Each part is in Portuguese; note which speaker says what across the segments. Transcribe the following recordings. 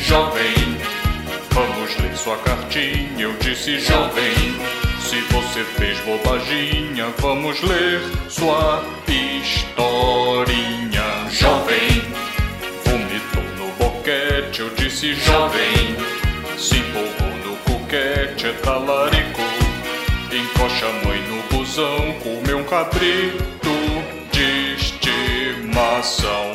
Speaker 1: jovem, vamos ler sua cartinha. Eu disse, jovem, se você fez bobaginha, vamos ler sua historinha. Jovem, vomitou no boquete. Eu disse, jovem, se empolgou no coquete, é talarico. Encoxa a mãe no busão, comeu um cabrito de estimação.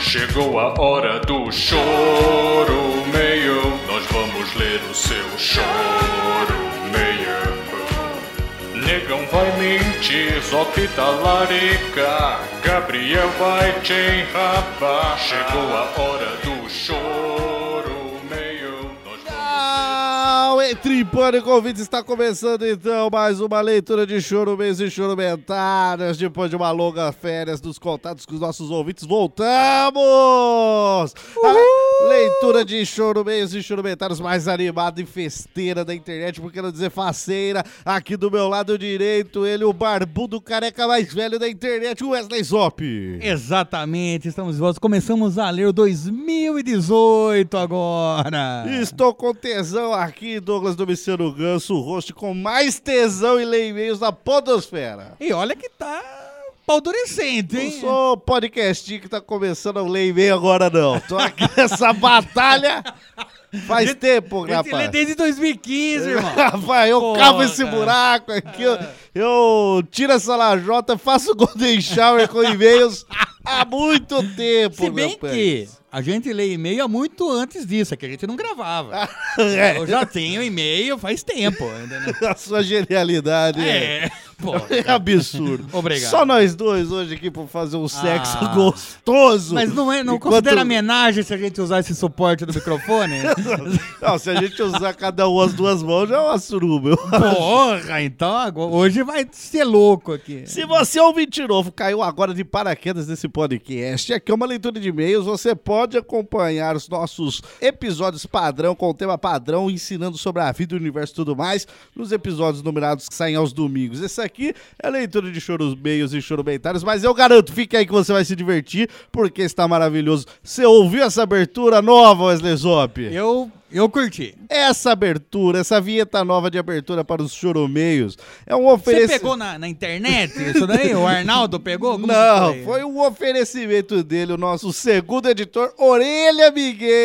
Speaker 1: Chegou a hora do choro meio. Nós vamos ler o seu choro meio. Negão vai mentir, Zopita larica. Gabriel vai te enrabar. Chegou a hora do choro meio. Nós vamos...
Speaker 2: Tchau, entre em pânico, ouvintes, está começando então mais uma leitura de choro mês e choro mentárias, depois de uma longa férias dos contatos com os nossos ouvintes, voltamos! A leitura de choro mês e choro mentários mais animada e festeira da internet, por que não dizer faceira, aqui do meu lado direito, ele, o barbudo careca mais velho da internet, o Wesley Zop.
Speaker 3: Exatamente, estamos de volta. Começamos a ler o 2018 agora.
Speaker 2: Estou com tesão aqui, Douglas Domiciano Ganso, o host com mais tesão e leio e-mails da Podosfera.
Speaker 3: E olha que tá paldurecente,
Speaker 2: Não
Speaker 3: hein?
Speaker 2: sou o podcast que tá começando a ler e-mail agora, não. Tô aqui nessa batalha faz tempo,
Speaker 3: A gente lê
Speaker 2: rapaz.
Speaker 3: desde 2015, irmão.
Speaker 2: Rapaz, eu
Speaker 3: Porra. É.
Speaker 2: cavo esse buraco aqui, eu, eu tiro essa lajota, faço golden shower com e-mails há muito tempo,
Speaker 3: Se bem
Speaker 2: meu
Speaker 3: que
Speaker 2: pés.
Speaker 3: a gente lê e-mail há muito antes disso, é que a gente não gravava.
Speaker 2: É,
Speaker 3: Eu já tenho e-mail faz tempo. entendeu?
Speaker 2: a sua genialidade é,
Speaker 3: É, pô.
Speaker 2: é absurdo.
Speaker 3: Obrigado. Ah.
Speaker 2: Só nós dois hoje aqui por fazer um sexo gostoso.
Speaker 3: Mas não, é, não
Speaker 2: Enquanto-
Speaker 3: considera homenagem se a gente usar esse suporte do microfone?
Speaker 2: Não, se a gente usar cada um as duas mãos, já é uma suruba. eu
Speaker 3: Porra, então agora, hoje vai ser louco aqui.
Speaker 2: Se você é um mentiroso, caiu agora de paraquedas nesse podcast, aqui é uma leitura de e-mails. Você pode acompanhar os nossos episódios padrão, com o tema padrão, ensinando sobre a vida, o universo e tudo mais, nos episódios numerados que saem aos domingos. Esse aqui é leitura de choros meios e choromentários, mas eu garanto, fique aí que você vai se divertir, porque está maravilhoso. Você ouviu essa abertura nova, Wesley Zop?
Speaker 3: Eu, eu curti.
Speaker 2: Essa abertura, essa vinheta nova de abertura para os choromeios, é um
Speaker 3: Você
Speaker 2: oferecimento...
Speaker 3: pegou na, na internet isso daí? O Arnaldo pegou? Como
Speaker 2: Não,
Speaker 3: que
Speaker 2: foi um oferecimento dele, o nosso segundo editor, Orelha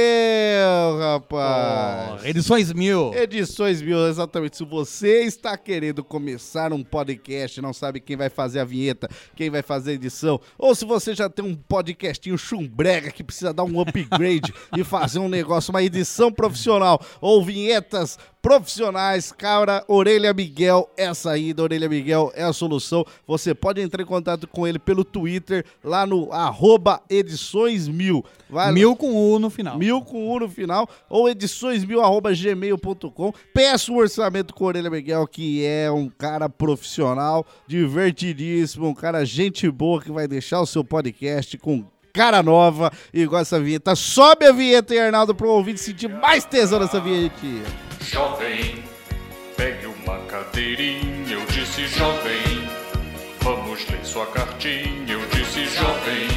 Speaker 2: Miguel, rapaz.
Speaker 3: Porra, edições mil.
Speaker 2: Edições mil, exatamente. Se você está querendo começar um podcast, não sabe quem vai fazer a vinheta, quem vai fazer a edição, ou se você já tem um podcastinho chumbrega que precisa dar um upgrade e fazer um negócio, uma edição profissional, ou vinhetas profissionais, cara, Orelha Miguel é a saída, Orelha Miguel é a solução. Você pode entrar em contato com ele pelo Twitter, lá no arroba edições mil. Vai
Speaker 3: Mil com U no final.
Speaker 2: Mil com U no final, ou edições mil arroba gmail.com. Peça um orçamento com o Orelha Miguel, que é um cara profissional, divertidíssimo, um cara gente boa que vai deixar o seu podcast com cara nova, igual essa vinheta. Sobe a vinheta, hein, Arnaldo, pro ouvinte sentir mais tesão nessa vinheta.
Speaker 1: Jovem, pegue uma cadeirinha. Eu disse, jovem, vamos ler sua cartinha. Eu disse, jovem,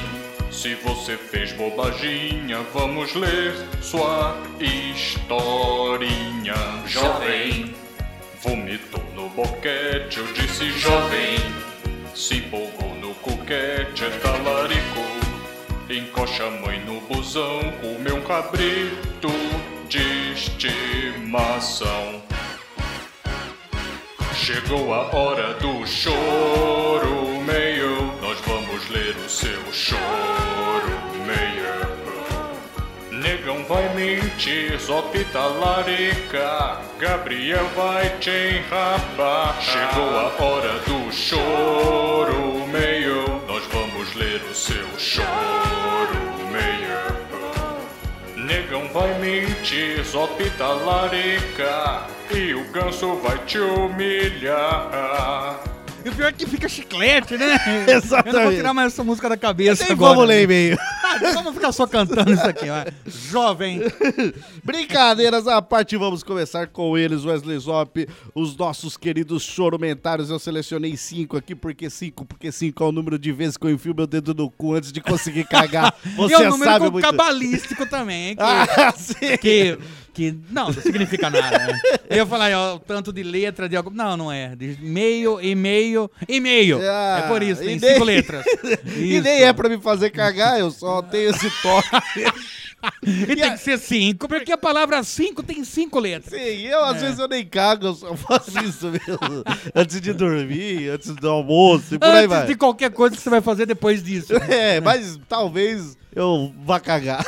Speaker 1: se você fez bobaginha, vamos ler sua historinha. Jovem, vomitou no boquete. Eu disse, jovem, se empolgou no coquete, é talarico. Encoxa a mãe no busão, comeu um cabrito de estimação. Chegou a hora do choro meio, nós vamos ler o seu choro meio. Negão vai mentir, Zopita larica, Gabriel vai te enrabar. Chegou a hora do choro meio, nós vamos ler o seu choro meio. Negão vai mentir, Zopita larica, e o ganso vai te humilhar.
Speaker 3: E o pior é que fica chiclete, né? Eu não vou
Speaker 2: Exatamente.
Speaker 3: tirar mais essa música da cabeça
Speaker 2: Tem
Speaker 3: agora.
Speaker 2: como ler e-mail.
Speaker 3: Ah, Para! Vamos ficar só cantando isso aqui, vai. Jovem.
Speaker 2: Brincadeiras à parte, vamos começar com eles, Wesley Zop, os nossos queridos chorumentários. Eu selecionei cinco aqui, porque cinco, porque cinco é o número de vezes que eu enfio meu dedo no cu antes de conseguir cagar. Você
Speaker 3: e é um número
Speaker 2: sabe
Speaker 3: com-
Speaker 2: muito.
Speaker 3: cabalístico também, hein? Que,
Speaker 2: Ah, sim.
Speaker 3: que, que- não, não significa nada, né? Eu ia falar, ó, tanto de letra, de algum... Não, não é. De meio, e-mail, e-mail.
Speaker 2: Ah,
Speaker 3: é por isso, tem
Speaker 2: e nem-
Speaker 3: cinco letras.
Speaker 2: E nem é pra me fazer cagar, eu só tenho esse toque.
Speaker 3: E
Speaker 2: a- é
Speaker 3: tem que ser cinco, porque a palavra cinco tem cinco letras.
Speaker 2: Sim, eu
Speaker 3: É.
Speaker 2: às vezes eu nem cago, eu só faço isso mesmo. antes de dormir, antes do almoço e por aí vai.
Speaker 3: Antes de qualquer coisa que você vai fazer depois disso.
Speaker 2: É, mas talvez eu vá cagar.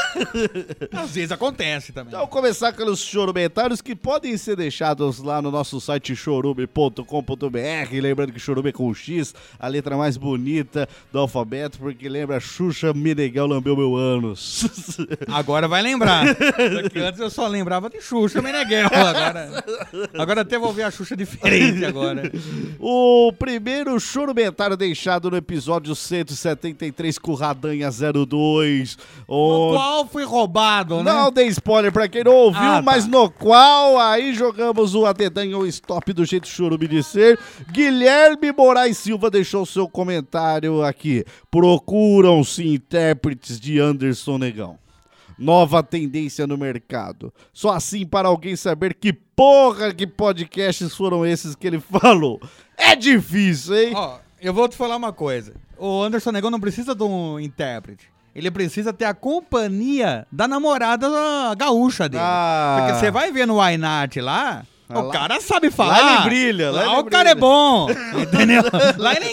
Speaker 3: Às vezes acontece também.
Speaker 2: Então, começar pelos chorumentários que podem ser deixados lá no nosso site chorume.com.br. Lembrando que chorume é com X, a letra mais bonita do alfabeto, porque lembra Xuxa Meneghel lambeu meu ânus.
Speaker 3: Agora vai lembrar. Porque antes eu só lembrava de Xuxa Meneghel. Agora, agora até vou ver a Xuxa diferente agora.
Speaker 2: o primeiro chorumentário deixado no episódio 173 com Radanha 02.
Speaker 3: O
Speaker 2: Onde...
Speaker 3: qual foi roubado, né?
Speaker 2: Não dei spoiler pra quem não ouviu,
Speaker 3: Ah, tá.
Speaker 2: mas no qual aí jogamos o Atedanha ou Stop do jeito churume de ser. Guilherme Moraes Silva deixou seu comentário aqui. Procuram-se intérpretes de Anderson Negão. Nova tendência no mercado. Só assim para alguém saber que porra que podcasts foram esses que ele falou. É difícil, hein?
Speaker 3: Ó, eu vou te falar uma coisa. O Anderson Negão não precisa de um intérprete. Ele precisa ter a companhia da namorada gaúcha dele.
Speaker 2: Ah.
Speaker 3: Porque você vai ver no Wainat lá,
Speaker 2: Ah,
Speaker 3: o
Speaker 2: lá-
Speaker 3: cara sabe falar.
Speaker 2: lá ele brilha, lá
Speaker 3: Lá,
Speaker 2: ele
Speaker 3: o cara é
Speaker 2: brilha.
Speaker 3: bom, entendeu? lá ele é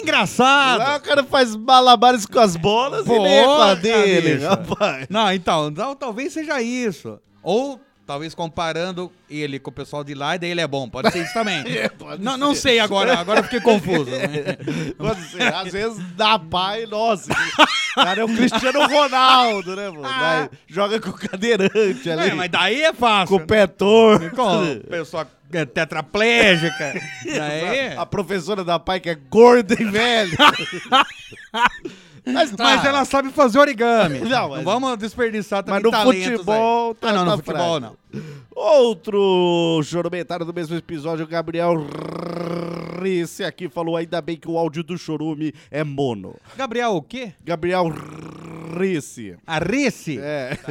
Speaker 3: engraçado.
Speaker 2: Lá o cara faz malabares com as bolas e nem é com a
Speaker 3: Porra,
Speaker 2: dele,
Speaker 3: bicho.
Speaker 2: rapaz.
Speaker 3: Não, então, tal- talvez seja isso. Ou talvez comparando ele com o pessoal de lá, e daí ele é bom. Pode ser isso também.
Speaker 2: É, pode
Speaker 3: não, não sei agora, agora eu fiquei confuso. né?
Speaker 2: Pode ser. assim, Às vezes dá pai, nossa. O cara é o Cristiano Ronaldo, né, mano?
Speaker 3: Ah.
Speaker 2: Joga com o cadeirante ali.
Speaker 3: É, mas daí é fácil.
Speaker 2: Com o pé torto.
Speaker 3: Com pessoa é, tetraplégica. é? daí...
Speaker 2: A professora da pai que é gorda e velha. mas, tá.
Speaker 3: Mas ela sabe fazer origami.
Speaker 2: Não,
Speaker 3: Não,
Speaker 2: mas-
Speaker 3: vamos desperdiçar
Speaker 2: Mas
Speaker 3: também
Speaker 2: no
Speaker 3: talentos aí.
Speaker 2: futebol, tá,
Speaker 3: Ah, não,
Speaker 2: tá
Speaker 3: no futebol
Speaker 2: fraco.
Speaker 3: não.
Speaker 2: Outro chorumentário do mesmo episódio, o Gabriel Risse aqui falou, ainda bem que o áudio do chorume é mono.
Speaker 3: Gabriel o quê?
Speaker 2: Gabriel Risse.
Speaker 3: A Rice?
Speaker 2: É.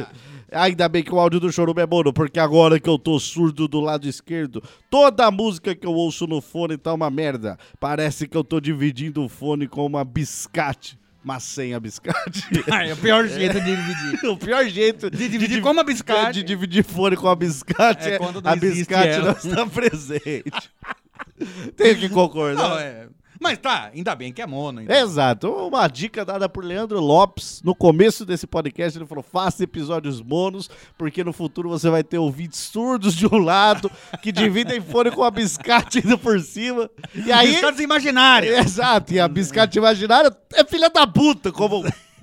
Speaker 2: Ainda bem que o áudio do Chorume é mono, porque agora que eu tô surdo do lado esquerdo, toda a música que eu ouço no fone tá uma merda. Parece que eu tô dividindo o fone com uma biscate, mas sem a biscate.
Speaker 3: Ah, é o pior jeito de dividir.
Speaker 2: o pior jeito
Speaker 3: De dividir como a biscate.
Speaker 2: de dividir fone com a biscate
Speaker 3: É
Speaker 2: é,
Speaker 3: quando não
Speaker 2: a
Speaker 3: existe
Speaker 2: biscate
Speaker 3: ela.
Speaker 2: não está presente. Tenho que concordar.
Speaker 3: Não, é. Mas tá, ainda bem que é mono. então.
Speaker 2: Exato. Uma dica dada por Leandro Lopes no começo desse podcast. Ele falou: faça episódios monos, porque no futuro você vai ter ouvintes surdos de um lado que dividem fone com a biscate indo por cima. E aí. É.
Speaker 3: Biscates imaginários.
Speaker 2: Exato. E a biscate imaginária é filha da puta, como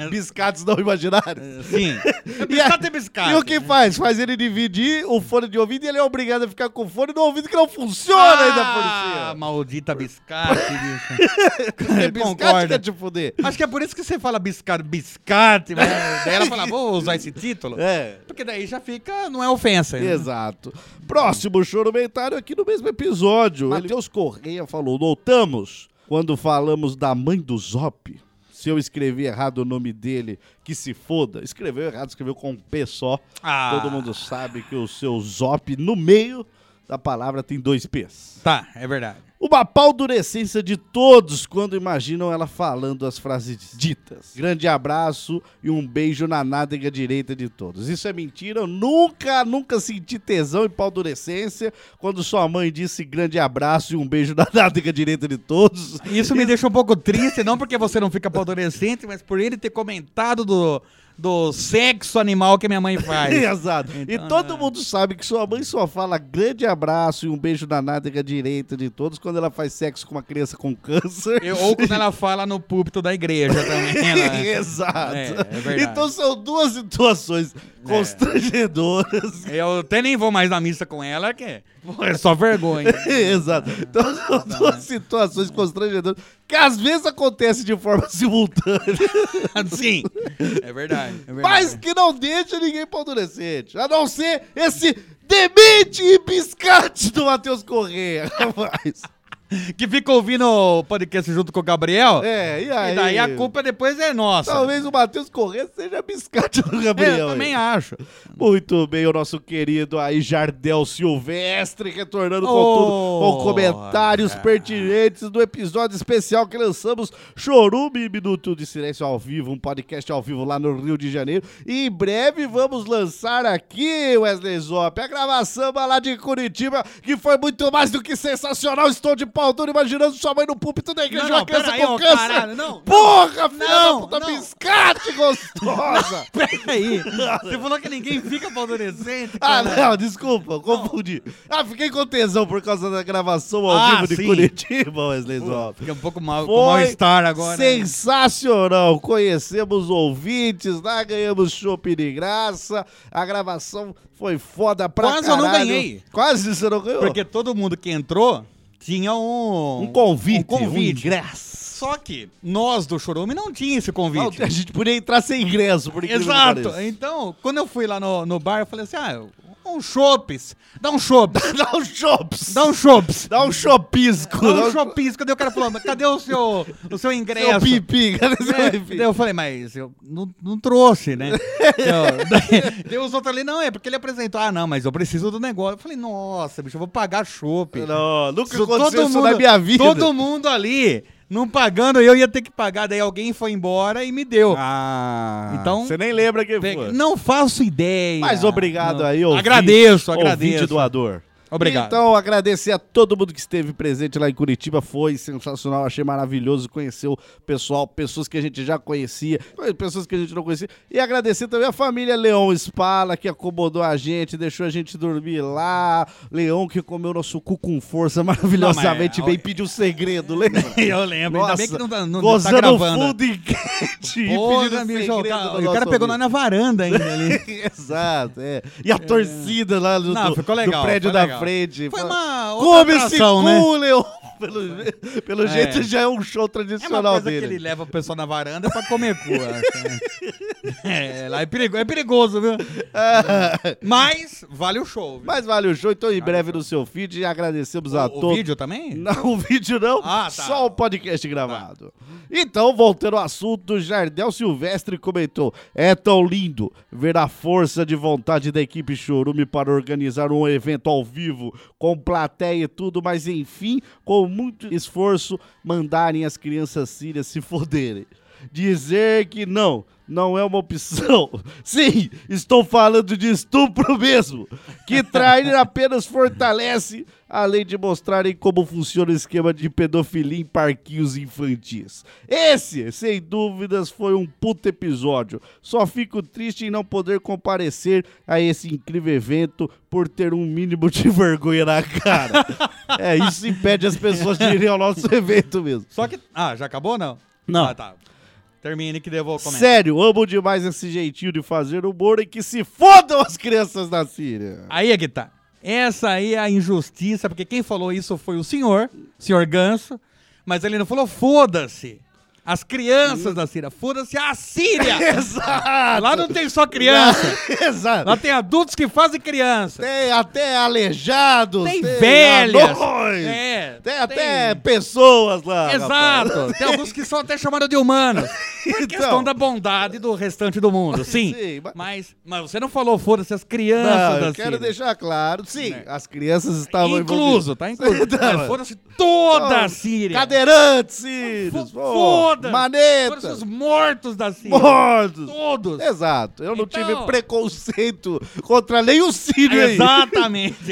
Speaker 2: biscates não imaginários.
Speaker 3: É, Sim.
Speaker 2: E, a-
Speaker 3: Biscate é biscate.
Speaker 2: e o que faz? Faz ele dividir o fone de ouvido e ele é obrigado a ficar com o fone do ouvido que não funciona
Speaker 3: Ah,
Speaker 2: ainda
Speaker 3: maldita biscate,
Speaker 2: por cima. É
Speaker 3: bicho.
Speaker 2: biscate que é
Speaker 3: Concorda.
Speaker 2: te fuder.
Speaker 3: Acho que é por isso que você fala biscate, biscate. Mas daí ela fala, vou usar esse título.
Speaker 2: É.
Speaker 3: Porque daí já fica, não é ofensa. né?
Speaker 2: Exato. Próximo chorumentário aqui no mesmo episódio. Matheus Correia falou: Voltamos quando falamos da mãe do Zop. Se eu escrevi errado o nome dele, que se foda. Escreveu errado, escreveu com um P só.
Speaker 3: Ah.
Speaker 2: Todo mundo sabe que o seu Zop no meio da palavra tem dois P's.
Speaker 3: Tá, é verdade.
Speaker 2: Uma paldurecência de todos quando imaginam ela falando as frases ditas. Grande abraço e um beijo na nádega direita de todos. Isso é mentira, eu nunca, nunca senti tesão em paldurecência quando sua mãe disse grande abraço e um beijo na nádega direita de todos.
Speaker 3: Isso me deixa um pouco triste, não porque você não fica adolescente, mas por ele ter comentado do, do sexo animal que minha mãe faz.
Speaker 2: Exato. e
Speaker 3: Então,
Speaker 2: todo
Speaker 3: né?
Speaker 2: mundo sabe que sua mãe só fala grande abraço e um beijo na nádega direita de todos quando ela faz sexo com uma criança com câncer.
Speaker 3: Eu- ou quando ela fala no púlpito da igreja também. ela-
Speaker 2: Exato.
Speaker 3: É, é verdade. É.
Speaker 2: então são duas situações constrangedoras.
Speaker 3: Eu até nem vou mais na missa com ela, que é- pô, é só vergonha.
Speaker 2: Exato. Então são duas situações constrangedoras que às vezes acontece de forma simultânea,
Speaker 3: Sim. É verdade. é verdade.
Speaker 2: mas que não deixa ninguém paldurecente. A não ser esse demente e biscate do Matheus Correia, rapaz.
Speaker 3: que fica ouvindo o podcast junto com o Gabriel.
Speaker 2: É, e aí?
Speaker 3: E daí a culpa depois é nossa.
Speaker 2: Talvez o Matheus Correia seja biscate do Gabriel.
Speaker 3: É, eu também
Speaker 2: aí.
Speaker 3: acho.
Speaker 2: Muito bem, o nosso querido aí Jardel Silvestre retornando com tudo, com
Speaker 3: Ora.
Speaker 2: comentários pertinentes do episódio especial que lançamos Chorume Minuto de Silêncio ao vivo, um podcast ao vivo lá no Rio de Janeiro. E em breve vamos lançar aqui, Wesley Zop, a gravação lá de Curitiba, que foi muito mais do que sensacional. Estou de pau duro imaginando sua mãe no púlpito da igreja,
Speaker 3: Não, não,
Speaker 2: uma criança
Speaker 3: pera aí,
Speaker 2: com
Speaker 3: ô,
Speaker 2: câncer.
Speaker 3: caralho, não,
Speaker 2: Porra, filha da
Speaker 3: não,
Speaker 2: puta,
Speaker 3: não.
Speaker 2: biscate gostosa!
Speaker 3: Peraí. Você falou que ninguém fica paldurecente.
Speaker 2: Ah,
Speaker 3: cara.
Speaker 2: não, desculpa, eu confundi. Ah, fiquei com tesão por causa da gravação ao
Speaker 3: Ah,
Speaker 2: vivo de
Speaker 3: sim.
Speaker 2: Curitiba, Wesley Zop.
Speaker 3: Fiquei um pouco mal, com
Speaker 2: Foi
Speaker 3: mal-estar agora. né?
Speaker 2: Sensacional! Conhecemos ouvintes lá, ganhamos chopp de graça. A gravação foi foda pra
Speaker 3: Quase eu
Speaker 2: caralho.
Speaker 3: não ganhei.
Speaker 2: Quase você não ganhou.
Speaker 3: Porque todo mundo que entrou tinha um...
Speaker 2: um convite,
Speaker 3: Um convite.
Speaker 2: ingresso.
Speaker 3: Só que nós do Chorume não tinha esse
Speaker 2: Não,
Speaker 3: convite.
Speaker 2: a gente podia entrar sem ingresso, por incrível que
Speaker 3: Exato.
Speaker 2: pareça.
Speaker 3: Então, quando eu fui lá no, no bar, eu falei assim, ah, um chopes. Dá um chopes.
Speaker 2: Dá um chops.
Speaker 3: Dá um chopes.
Speaker 2: Dá um chopisco.
Speaker 3: Dá um chopis. Cadê o cara falando? Cadê o seu, o seu
Speaker 2: Seu
Speaker 3: ingresso?
Speaker 2: pipi. Cadê
Speaker 3: É,
Speaker 2: seu pipi?
Speaker 3: daí eu falei, mas eu não, não trouxe, né? eu, daí, daí os outros ali, não, é porque ele apresentou. Ah, não, mas eu preciso do negócio. Eu falei, nossa, bicho, eu vou pagar chope.
Speaker 2: Não, nunca
Speaker 3: Isso,
Speaker 2: aconteceu isso na minha vida.
Speaker 3: Todo mundo ali, não pagando, eu ia ter que pagar. Daí alguém foi embora e me deu.
Speaker 2: Ah,
Speaker 3: Então-
Speaker 2: você nem lembra quem
Speaker 3: Pe-
Speaker 2: foi.
Speaker 3: Não faço ideia.
Speaker 2: Mas obrigado
Speaker 3: Não.
Speaker 2: aí, ouvinte,
Speaker 3: Agradeço,
Speaker 2: Ouvinte
Speaker 3: agradeço.
Speaker 2: doador.
Speaker 3: Obrigado.
Speaker 2: Então, agradecer a todo mundo que esteve presente lá em Curitiba. Foi sensacional, achei maravilhoso conhecer o pessoal, pessoas que a gente já conhecia, pessoas que a gente não conhecia. E agradecer também a família Leão Spala, que acomodou a gente, deixou a gente dormir lá. Leão que comeu nosso cu com força maravilhosamente
Speaker 3: Não, mas- é,
Speaker 2: bem, pediu segredo, lembra?
Speaker 3: eu lembro, ainda bem que não tá, não- não tá
Speaker 2: gozando
Speaker 3: gravando.
Speaker 2: fundo e quente e
Speaker 3: Porra,
Speaker 2: pedindo
Speaker 3: bicho, o
Speaker 2: segredo
Speaker 3: cara-
Speaker 2: do
Speaker 3: o cara
Speaker 2: nosso amigo.
Speaker 3: pegou nós na varanda ainda ali. É
Speaker 2: Exato, é. E a torcida lá do,
Speaker 3: Não,
Speaker 2: do-
Speaker 3: ficou
Speaker 2: do
Speaker 3: legal,
Speaker 2: prédio
Speaker 3: foi
Speaker 2: da frente.
Speaker 3: legal. Foi
Speaker 2: Fala,
Speaker 3: uma
Speaker 2: Come
Speaker 3: outra
Speaker 2: esse
Speaker 3: atração,
Speaker 2: cu,
Speaker 3: né?
Speaker 2: Leão! Pelo, je- pelo jeito já é um show
Speaker 3: É uma coisa
Speaker 2: tradicional dele.
Speaker 3: que ele leva o pessoal na varanda pra comer cu. eu acho, né? é, lá é perigoso, é perigoso, viu? Mas vale o show. viu?
Speaker 2: Mas vale o show, então em breve no seu feed e agradecemos a
Speaker 3: o,
Speaker 2: todos.
Speaker 3: vídeo também?
Speaker 2: Não, o vídeo não,
Speaker 3: Ah, tá.
Speaker 2: só o podcast gravado. Então, voltando ao assunto, Jardel Silvestre comentou: É tão lindo ver a força de vontade da equipe Chorume para organizar um evento ao vivo, com plateia e tudo, mas enfim, com muito esforço, mandarem as crianças sírias se foderem. Dizer que não, não é uma opção. Sim, estou falando de estupro mesmo. Que trair apenas fortalece, além de mostrarem como funciona o esquema de pedofilia em parquinhos infantis. Esse, sem dúvidas, foi um puto episódio. Só fico triste em não poder comparecer a esse incrível evento por ter um mínimo de vergonha na cara. é, isso impede as pessoas de irem ao nosso evento mesmo.
Speaker 3: Só que. Ah, já acabou ou não?
Speaker 2: Não.
Speaker 3: Ah, tá. Termine que daí eu vou comentar.
Speaker 2: Sério, amo demais esse jeitinho de fazer humor e que se fodam as crianças da Síria.
Speaker 3: Aí é que tá. Essa aí é a injustiça, porque quem falou isso foi o senhor, senhor Ganso, mas ele não falou foda-se. As crianças da Síria, foda-se a Síria!
Speaker 2: Exato!
Speaker 3: Lá não tem só criança,
Speaker 2: Exato!
Speaker 3: lá tem adultos que fazem criança.
Speaker 2: Tem até aleijados,
Speaker 3: Tem, velhas.
Speaker 2: anões,
Speaker 3: É,
Speaker 2: tem até pessoas lá. rapaz.
Speaker 3: Exato. Tem alguns que são até chamados de humanos. Por
Speaker 2: Então.
Speaker 3: questão da bondade do restante do mundo, sim.
Speaker 2: Sim, mas-
Speaker 3: mas... Mas, você não falou, foda-se, as crianças
Speaker 2: Não,
Speaker 3: da
Speaker 2: eu quero
Speaker 3: Síria.
Speaker 2: deixar claro, sim,
Speaker 3: É.
Speaker 2: as crianças estavam
Speaker 3: Incluso, tá incluso.
Speaker 2: Então.
Speaker 3: Mas foda-se toda a
Speaker 2: envolvidas.
Speaker 3: Síria.
Speaker 2: Cadeirantes, Sírios, pô,
Speaker 3: Foda-se. Todos
Speaker 2: manetas,
Speaker 3: os mortos da Síria.
Speaker 2: mortos. É
Speaker 3: Todos.
Speaker 2: Exato, eu não
Speaker 3: Então-
Speaker 2: tive preconceito contra nenhum sírio aí.
Speaker 3: Exatamente.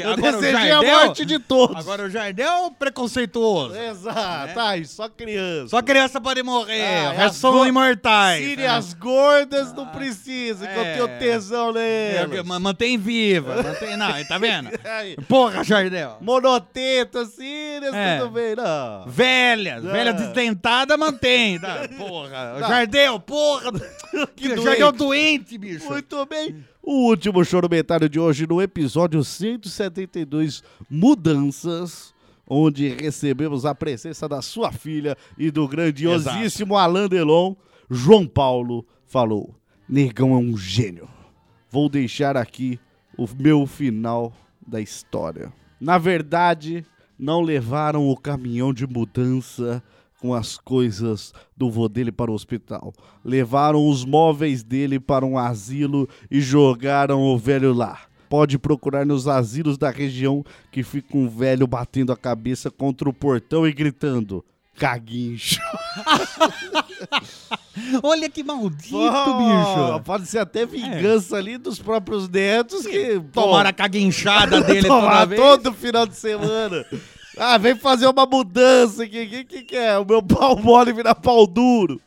Speaker 2: Eu
Speaker 3: agora, o
Speaker 2: desejei
Speaker 3: Jardel,
Speaker 2: a morte de todos. É.
Speaker 3: agora o Jardel é um preconceituoso.
Speaker 2: Exato, ai, só criança.
Speaker 3: Só criança pode morrer.
Speaker 2: Ah, é
Speaker 3: o
Speaker 2: as
Speaker 3: resto são
Speaker 2: go-
Speaker 3: imortais.
Speaker 2: Síria,
Speaker 3: É.
Speaker 2: as gordas não precisa, que eu tenho
Speaker 3: Ah, É.
Speaker 2: tesão nelas.
Speaker 3: É, ma- mantém viva. Mantém, não, tá vendo?
Speaker 2: Ai,
Speaker 3: Porra, Jardel.
Speaker 2: Monoteta, Sirius,
Speaker 3: É.
Speaker 2: tudo bem, não.
Speaker 3: Velhas,
Speaker 2: Ah.
Speaker 3: velha desdentada, mantém. Tá? Porra,
Speaker 2: Tá.
Speaker 3: Jardel, porra.
Speaker 2: Que
Speaker 3: Jardel doente, bicho.
Speaker 2: Muito bem. O último choro metário de hoje no episódio 172, Mudanças. onde recebemos a presença da sua filha e do grandiosíssimo Alain Delon, João Paulo falou: Negão é um gênio. Vou deixar aqui o meu final da história. Na verdade, não levaram o caminhão de mudança com as coisas do vô dele para o hospital. Levaram os móveis dele para um asilo e jogaram o velho lá. Pode procurar nos asilos da região que fica um velho batendo a cabeça contra o portão e gritando: Caguincho.
Speaker 3: Olha que maldito,
Speaker 2: Oh,
Speaker 3: bicho. É.
Speaker 2: Pode ser até vingança ali dos próprios netos que pô,
Speaker 3: Tomaram a caguinchada dele toda
Speaker 2: tomar
Speaker 3: vez.
Speaker 2: todo final de semana. ah, vem fazer uma mudança aqui. O que, que, que é? O meu pau mole virar pau duro.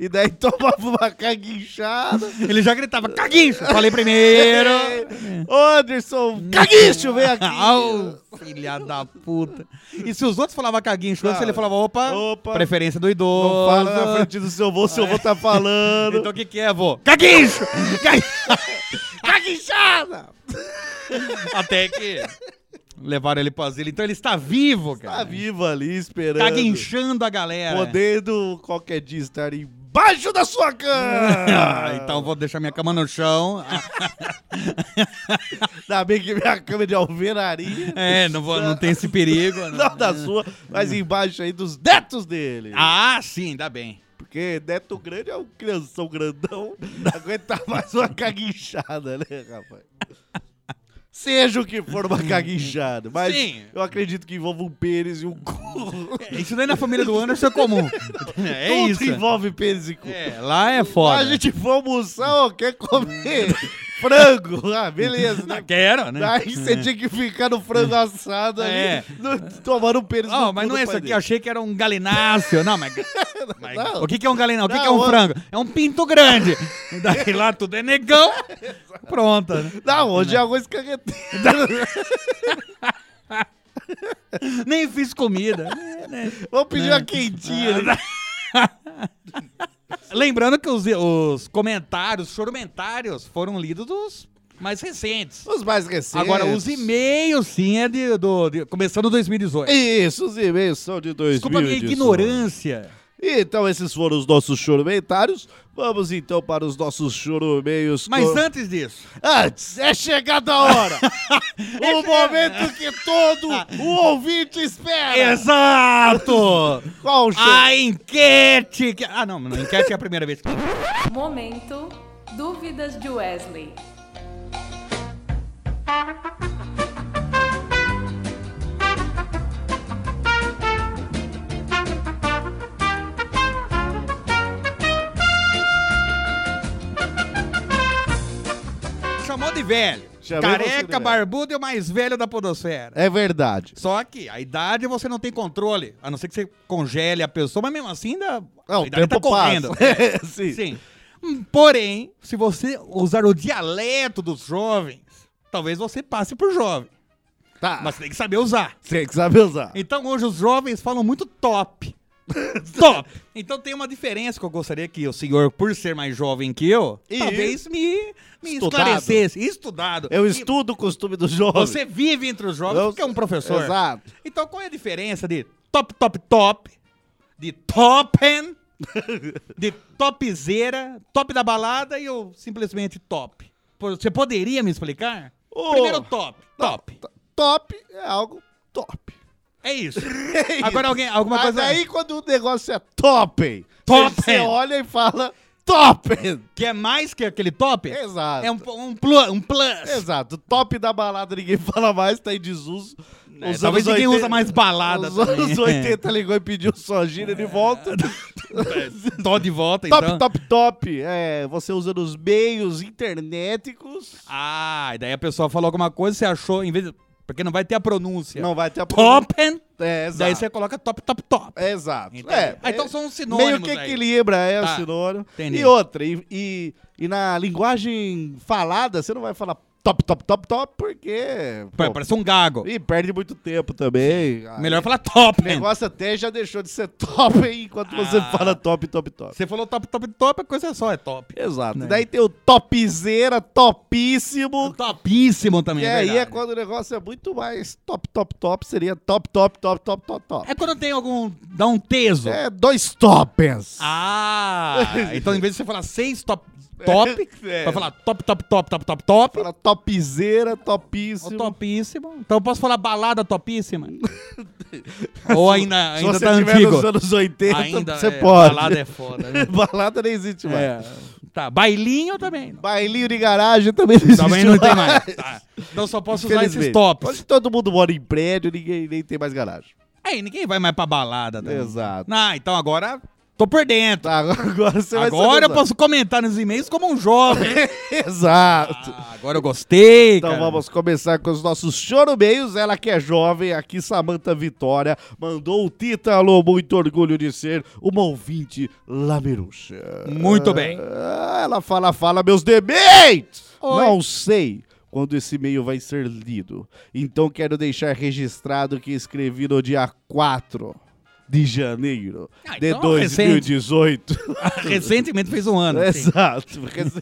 Speaker 2: E daí tomava uma caguinchada.
Speaker 3: Ele já gritava, caguincho! Falei primeiro!
Speaker 2: Ô, Anderson, caguincho, vem aqui.
Speaker 3: Hum. Au, Ah, filha da puta. E se os outros falavam caguincho antes, ele falava, opa,
Speaker 2: Opa.
Speaker 3: preferência do idoso.
Speaker 2: Não fala na frente do seu avô, seu avô tá falando.
Speaker 3: Então o que que é, vô? Caguincho! Ca-
Speaker 2: Caguinchada!
Speaker 3: Até que levaram ele pro asilo. Então ele está vivo,
Speaker 2: Tá
Speaker 3: cara.
Speaker 2: vivo ali esperando.
Speaker 3: Caguinchando a galera.
Speaker 2: Podendo qualquer dia estar embaixo da sua
Speaker 3: Ah,
Speaker 2: cama.
Speaker 3: então vou deixar minha cama no chão. Ah,
Speaker 2: Ainda bem que minha cama é de alvenaria.
Speaker 3: É, não, vou, não tem esse perigo. né?
Speaker 2: Não da sua, mas embaixo aí dos netos dele.
Speaker 3: Ah, sim, ainda bem.
Speaker 2: Porque neto grande é um crianção grandão. Não aguenta mais uma caguinchada, né, rapaz? Seja o que for uma caguinchada. Mas
Speaker 3: Sim.
Speaker 2: eu acredito que envolve um pênis e um cu.
Speaker 3: É, Isso daí na família do Anderson é comum. É
Speaker 2: Tudo
Speaker 3: isso.
Speaker 2: envolve pênis e cu.
Speaker 3: É, lá é foda.
Speaker 2: A gente for almoçar, ó, quer comer frango. Ah, beleza.
Speaker 3: Ah,
Speaker 2: Né?
Speaker 3: Quero, né?
Speaker 2: Aí você tinha que ficar no frango assado ali,
Speaker 3: É.
Speaker 2: no- tomando um pênis
Speaker 3: Ó,
Speaker 2: no
Speaker 3: mas
Speaker 2: cu
Speaker 3: não
Speaker 2: do
Speaker 3: é isso
Speaker 2: pai
Speaker 3: aqui,
Speaker 2: dele.
Speaker 3: eu achei que era um galináceo. Não, mas. mas-
Speaker 2: Não.
Speaker 3: O que, que é um galináceo? O que, que é
Speaker 2: Não,
Speaker 3: um
Speaker 2: o-
Speaker 3: frango? É um pinto grande. Daí lá tudo é negão. Pronta. né?
Speaker 2: Não, hoje é arroz carreteiro.
Speaker 3: Nem fiz comida. É, né?
Speaker 2: Vou pedir uma quentinha. ali.
Speaker 3: Lembrando que os, os comentários, os chorumentários foram lidos dos mais recentes.
Speaker 2: Os mais recentes.
Speaker 3: Agora, os e-mails, sim, é de, do, de- começando 2018.
Speaker 2: Isso, os e-mails são de 2018.
Speaker 3: Desculpa a minha ignorância.
Speaker 2: Então, esses foram os nossos chorumentários. Vamos então para os nossos chorumeios.
Speaker 3: Mas
Speaker 2: com-
Speaker 3: antes disso,
Speaker 2: antes, é chegada a hora. o momento que todo o ouvinte espera.
Speaker 3: exato!
Speaker 2: Qual o show?
Speaker 3: a enquete! que- Ah, não, não, enquete é a primeira vez.
Speaker 4: Momento Dúvidas de Wesley.
Speaker 3: Chamou de velho.
Speaker 2: Chamei você de
Speaker 3: Careca,
Speaker 2: velho.
Speaker 3: barbudo e o mais velho da podosfera.
Speaker 2: É verdade.
Speaker 3: Só que a idade você não tem controle, a não ser que você congele a pessoa, mas mesmo assim ainda
Speaker 2: Não,
Speaker 3: a
Speaker 2: É, o
Speaker 3: idade
Speaker 2: tempo
Speaker 3: tá correndo.
Speaker 2: passa. É Sim.
Speaker 3: Sim. Hum, Porém, se você usar o dialeto dos jovens, talvez você passe por jovem.
Speaker 2: Tá.
Speaker 3: Mas você tem que saber usar.
Speaker 2: Tem que saber usar.
Speaker 3: Então hoje os jovens falam muito top. top! Então tem uma diferença que eu gostaria que o senhor, por ser mais jovem que eu,
Speaker 2: E-
Speaker 3: talvez me, me
Speaker 2: Estudado.
Speaker 3: esclarecesse. Estudado.
Speaker 2: Eu
Speaker 3: E
Speaker 2: estudo o costume do jovem.
Speaker 3: Você vive entre os jovens
Speaker 2: Eu-
Speaker 3: porque é um professor.
Speaker 2: Exato.
Speaker 3: Então qual é a diferença de top, top, top, de topen, de topzera, top da balada e o simplesmente top? Pô, Você poderia me explicar?
Speaker 2: Ô,
Speaker 3: Primeiro top,
Speaker 2: não,
Speaker 3: top.
Speaker 2: t- Top é algo top.
Speaker 3: É isso.
Speaker 2: É isso.
Speaker 3: Agora alguém, alguma
Speaker 2: Mas
Speaker 3: coisa...
Speaker 2: aí quando o negócio é topen,
Speaker 3: Topen.
Speaker 2: você olha e fala topen.
Speaker 3: Que é mais que aquele top?
Speaker 2: Exato.
Speaker 3: É um, um, plu- um plus.
Speaker 2: Exato. Top da balada ninguém fala mais, tá em desuso.
Speaker 3: É,
Speaker 2: Os
Speaker 3: talvez
Speaker 2: anos
Speaker 3: ninguém usa mais balada
Speaker 2: Os
Speaker 3: também.
Speaker 2: anos 80 ligou e pediu só gira de volta.
Speaker 3: Tô de volta,
Speaker 2: top,
Speaker 3: É. então.
Speaker 2: top, top. É, você usa nos meios internéticos.
Speaker 3: Ah, e daí a pessoa falou alguma coisa, você achou, em vez de... Porque não vai ter a pronúncia.
Speaker 2: Não vai ter a
Speaker 3: Topen.
Speaker 2: É, exato.
Speaker 3: Daí você coloca top, top, top.
Speaker 2: Exato.
Speaker 3: Entendi.
Speaker 2: É,
Speaker 3: Ah, então
Speaker 2: é-
Speaker 3: são uns
Speaker 2: Meio
Speaker 3: sinônimos
Speaker 2: que
Speaker 3: aí.
Speaker 2: equilibra, é
Speaker 3: Tá.
Speaker 2: o sinônimo.
Speaker 3: Entendi.
Speaker 2: E outra, e, e, e na linguagem falada, você não vai falar top, top, top, top, porque.
Speaker 3: Pô,
Speaker 2: pô,
Speaker 3: Parece um gago.
Speaker 2: E perde muito tempo também. Ah,
Speaker 3: Melhor falar top,
Speaker 2: O
Speaker 3: hein?
Speaker 2: negócio até já deixou de ser top hein, enquanto você
Speaker 3: Ah.
Speaker 2: fala top, top, top.
Speaker 3: Você falou top, top, top, a coisa só é top.
Speaker 2: Exato.
Speaker 3: Né?
Speaker 2: Daí tem o topzera, topíssimo.
Speaker 3: É Topíssimo também,
Speaker 2: E
Speaker 3: é
Speaker 2: aí é
Speaker 3: verdade.
Speaker 2: quando o negócio é muito mais top, top, top. Seria top, top, top, top, top, top.
Speaker 3: É quando tem algum... Dá um teso.
Speaker 2: É dois topens.
Speaker 3: Ah, então em vez de você falar seis top, top,
Speaker 2: É.
Speaker 3: vai falar top, top, top, top, top, top.
Speaker 2: Fala topzera,
Speaker 3: Ou
Speaker 2: topíssimo.
Speaker 3: topíssimo. Então eu posso falar balada topíssima? Ou ainda,
Speaker 2: Se
Speaker 3: ainda
Speaker 2: você
Speaker 3: tá
Speaker 2: tiver
Speaker 3: antigo?
Speaker 2: nos anos 80,
Speaker 3: ainda
Speaker 2: você
Speaker 3: é,
Speaker 2: pode.
Speaker 3: Balada é foda. Né?
Speaker 2: Balada não existe mais.
Speaker 3: É. Tá, bailinho também.
Speaker 2: Bailinho de garagem também não existe
Speaker 3: Também não tem mais. Tá. Então só posso usar esses
Speaker 2: Infelizmente.
Speaker 3: tops.
Speaker 2: Hoje todo mundo mora em prédio, ninguém nem tem mais garagem.
Speaker 3: Aí ninguém vai mais pra balada. Também.
Speaker 2: Exato.
Speaker 3: Ah, então agora tô por dentro.
Speaker 2: Tá, agora, agora você vai
Speaker 3: agora eu
Speaker 2: saber usar.
Speaker 3: posso comentar nos e-mails como um jovem.
Speaker 2: Exato.
Speaker 3: Ah, agora eu gostei,
Speaker 2: Então
Speaker 3: Ah, cara.
Speaker 2: vamos começar com os nossos chorobeios. Ela que é jovem, aqui Samanta Vitória, mandou o título, muito orgulho de ser uma ouvinte lameruxa.
Speaker 3: Muito bem.
Speaker 2: Ah, Ela fala, fala, meus debates!
Speaker 3: Oi.
Speaker 2: Não sei quando esse e-mail vai ser lido. Então quero deixar registrado que escrevi no dia 4 de janeiro
Speaker 3: Ah,
Speaker 2: de
Speaker 3: então é recente.
Speaker 2: 2018.
Speaker 3: Ah, Recentemente fez um ano. sim.
Speaker 2: Exato, porque você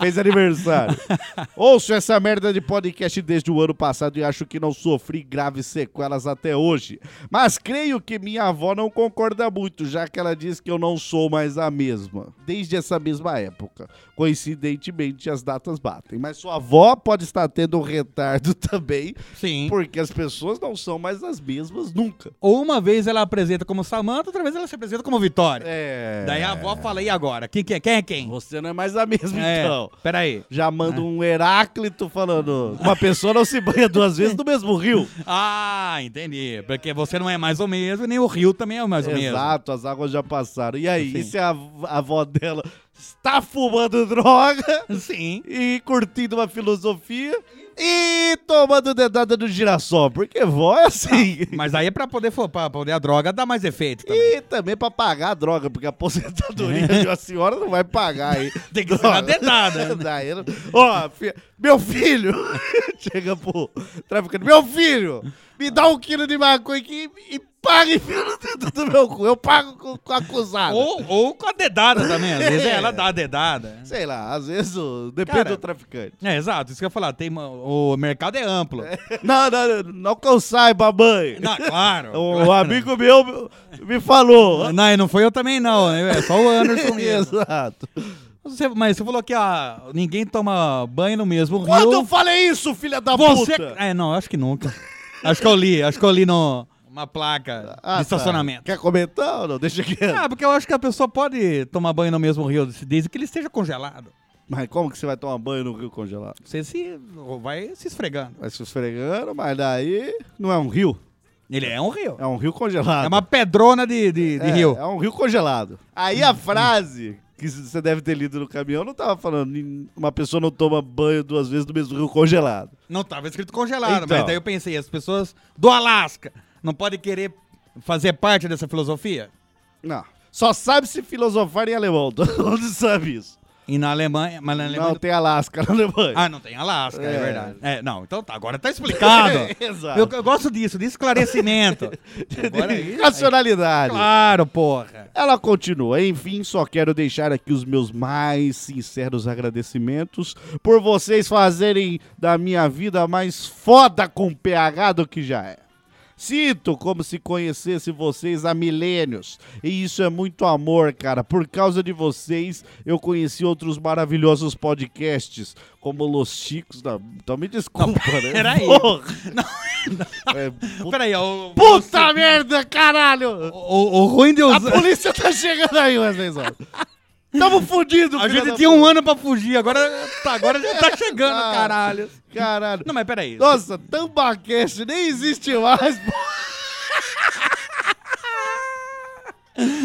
Speaker 2: fez aniversário. Ouço essa merda de podcast desde o ano passado e acho que não sofri graves sequelas até hoje. Mas creio que minha avó não concorda muito, já que ela diz que eu não sou mais a mesma, desde essa mesma época. Coincidentemente, as datas batem. Mas sua avó pode estar tendo um retardo também,
Speaker 3: Sim.
Speaker 2: porque as pessoas não são mais as mesmas nunca.
Speaker 3: Ou uma vez ela apresenta como Samanta, outra vez ela se apresenta como Vitória.
Speaker 2: É.
Speaker 3: Daí a avó fala, e agora? Quem, que é? quem é quem?
Speaker 2: Você não é mais a mesma,
Speaker 3: É,
Speaker 2: então.
Speaker 3: peraí.
Speaker 2: Já
Speaker 3: É.
Speaker 2: manda um Heráclito falando: uma pessoa não se banha duas vezes no mesmo rio.
Speaker 3: Ah, entendi. Porque você não é mais ou mesmo, e nem o rio também é mais ou mesmo.
Speaker 2: Exato, as águas já passaram. E aí,
Speaker 3: Sim.
Speaker 2: e se a, a avó dela está fumando droga
Speaker 3: Sim.
Speaker 2: e curtindo uma filosofia e tomando dedada no girassol? Porque vó é assim.
Speaker 3: Mas aí é pra poder, fo- pra poder a droga dar mais efeito também.
Speaker 2: E também pra pagar a droga, porque a aposentadoria
Speaker 3: É.
Speaker 2: de uma senhora não vai pagar aí.
Speaker 3: Tem que ser na dedada, né?
Speaker 2: Daí não- Ó, fi- meu filho! Chega pro traficante. Meu filho! Me dá um quilo de maconha aqui e, e pague pelo dedo do meu cu. Eu pago com, com o acusado.
Speaker 3: Ou, ou com a dedada também. Às vezes
Speaker 2: É.
Speaker 3: ela dá a dedada.
Speaker 2: Sei lá, às vezes o- depende
Speaker 3: Cara.
Speaker 2: do traficante.
Speaker 3: É, exato. Isso que eu ia falar. Tem, uma- o mercado é amplo.
Speaker 2: Não, não, não, não que eu saiba, mãe.
Speaker 3: Não, claro.
Speaker 2: Um amigo meu me- me falou.
Speaker 3: Não, e não foi eu também, não. É só o Anderson mesmo.
Speaker 2: Exato.
Speaker 3: Você- mas você falou que ah, ninguém toma banho no mesmo
Speaker 2: Quando
Speaker 3: rio.
Speaker 2: eu falei isso, filha da
Speaker 3: Você.
Speaker 2: puta?
Speaker 3: É, não, acho que nunca. acho que eu li, acho que eu li no, uma placa
Speaker 2: Ah,
Speaker 3: de
Speaker 2: tá.
Speaker 3: estacionamento.
Speaker 2: Quer comentar ou não? Deixa quieto.
Speaker 3: Ah, porque eu acho que a pessoa pode tomar banho no mesmo rio desde que ele esteja congelado.
Speaker 2: Mas como que você vai tomar banho no rio congelado?
Speaker 3: Você se vai se esfregando.
Speaker 2: Vai se esfregando, mas daí não é um rio.
Speaker 3: Ele é um rio.
Speaker 2: É um rio congelado.
Speaker 3: É uma pedrona de, de, de
Speaker 2: É,
Speaker 3: rio.
Speaker 2: É um rio congelado. Aí a frase que você deve ter lido no caminhão não tava falando "Nin- uma pessoa não toma banho duas vezes no mesmo rio congelado.
Speaker 3: Não tava escrito congelado,
Speaker 2: Então.
Speaker 3: mas daí eu pensei, as pessoas do Alasca não podem querer fazer parte dessa filosofia?
Speaker 2: Não. Só sabe se filosofar em alemão. Todo mundo sabe isso.
Speaker 3: E na Alemanha, mas na Alemanha
Speaker 2: Não tem Alasca na Alemanha.
Speaker 3: Ah, não tem Alasca, é,
Speaker 2: É.
Speaker 3: verdade. É, não, então tá, agora tá explicado.
Speaker 2: Exato.
Speaker 3: eu, eu gosto disso, de esclarecimento. Agora aí-
Speaker 2: Racionalidade.
Speaker 3: Claro, porra.
Speaker 2: Ela continua. Enfim, só quero deixar aqui os meus mais sinceros agradecimentos por vocês fazerem da minha vida mais foda com PH do que já é. Sinto como se conhecesse vocês há milênios. E isso é muito amor, cara. Por causa de vocês, eu conheci outros maravilhosos podcasts, como Los Chicos. da- Então me desculpa, né?
Speaker 3: peraí.
Speaker 2: Porra. É, puta
Speaker 3: Peraí, o,
Speaker 2: puta merda, caralho!
Speaker 3: o, o ruim de
Speaker 2: A
Speaker 3: usar...
Speaker 2: polícia tá chegando aí, Wesley Zó. Tamo fudido,
Speaker 3: A
Speaker 2: filho
Speaker 3: gente
Speaker 2: da
Speaker 3: tinha
Speaker 2: puta.
Speaker 3: um ano pra fugir, agora, tá, agora já tá chegando,
Speaker 2: Ah.
Speaker 3: caralho.
Speaker 2: Caralho.
Speaker 3: Não, mas peraí.
Speaker 2: Nossa, Tambaquest nem existe mais. pô.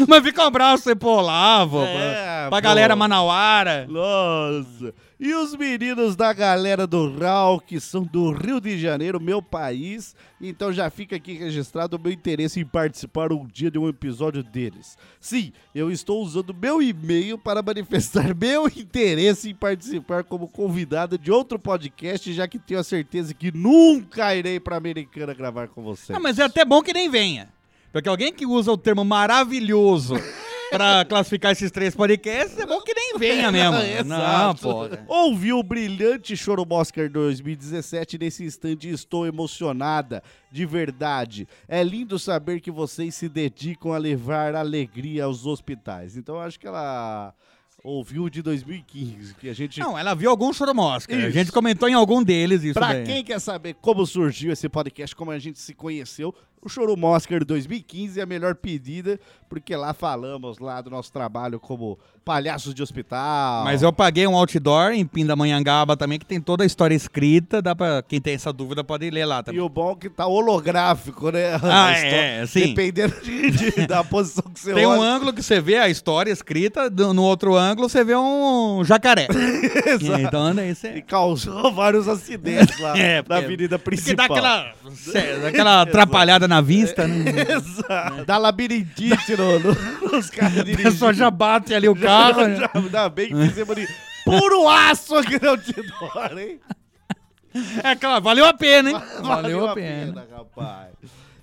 Speaker 3: Mas fica um abraço aí pro Olavo,
Speaker 2: É,
Speaker 3: pra, pra
Speaker 2: pô.
Speaker 3: galera manauara.
Speaker 2: Nossa! E os meninos da galera do RAL, que são do Rio de Janeiro, meu país. Então já fica aqui registrado o meu interesse em participar um dia de um episódio deles. Sim, eu estou usando meu e-mail para manifestar meu interesse em participar como convidada de outro podcast, já que tenho a certeza que nunca irei pra Americana gravar com vocês.
Speaker 3: Ah, mas é até bom que nem venha. Porque alguém que usa o termo maravilhoso pra classificar esses três podcasts, é bom que nem venha mesmo.
Speaker 2: né?
Speaker 3: Não,
Speaker 2: Exato.
Speaker 3: pô.
Speaker 2: Ouvi o brilhante Choro Oscar 2017 nesse instante e estou emocionada, de verdade. É lindo saber que vocês se dedicam a levar alegria aos hospitais. Então eu acho que ela ouviu o de 2015, que a gente
Speaker 3: Não, ela viu algum choromosca. A
Speaker 2: Isso.
Speaker 3: gente comentou em algum deles isso
Speaker 2: Pra
Speaker 3: daí.
Speaker 2: quem quer saber como surgiu esse podcast, como a gente se conheceu, o Choro Moscar 2015 é a melhor pedida, porque lá falamos lá do nosso trabalho como palhaços de hospital.
Speaker 3: Mas eu paguei um outdoor em Pindamonhangaba também, que tem toda a história escrita. Dá pra quem tem essa dúvida pode ler lá
Speaker 2: E
Speaker 3: também.
Speaker 2: o bom é que tá holográfico, né?
Speaker 3: Ah,
Speaker 2: A história-
Speaker 3: é, sim.
Speaker 2: Dependendo de- de- da posição que você
Speaker 3: Tem um
Speaker 2: olha.
Speaker 3: ângulo que você vê a história escrita, do- no outro ângulo você vê um jacaré.
Speaker 2: Exato.
Speaker 3: então anda aí,
Speaker 2: E
Speaker 3: você...
Speaker 2: causou vários acidentes lá
Speaker 3: É,
Speaker 2: na
Speaker 3: porque-
Speaker 2: avenida
Speaker 3: Porque
Speaker 2: principal.
Speaker 3: dá aquela, cê- dá aquela atrapalhada na vista,
Speaker 2: É.
Speaker 3: né?
Speaker 2: Exato. Dá labirintite no, no, nos caras
Speaker 3: A pessoa já bate ali o carro. né?
Speaker 2: Já, ainda bem que fizemos de puro aço aqui no outdoor, hein?
Speaker 3: É claro, valeu a pena, hein?
Speaker 2: rapaz.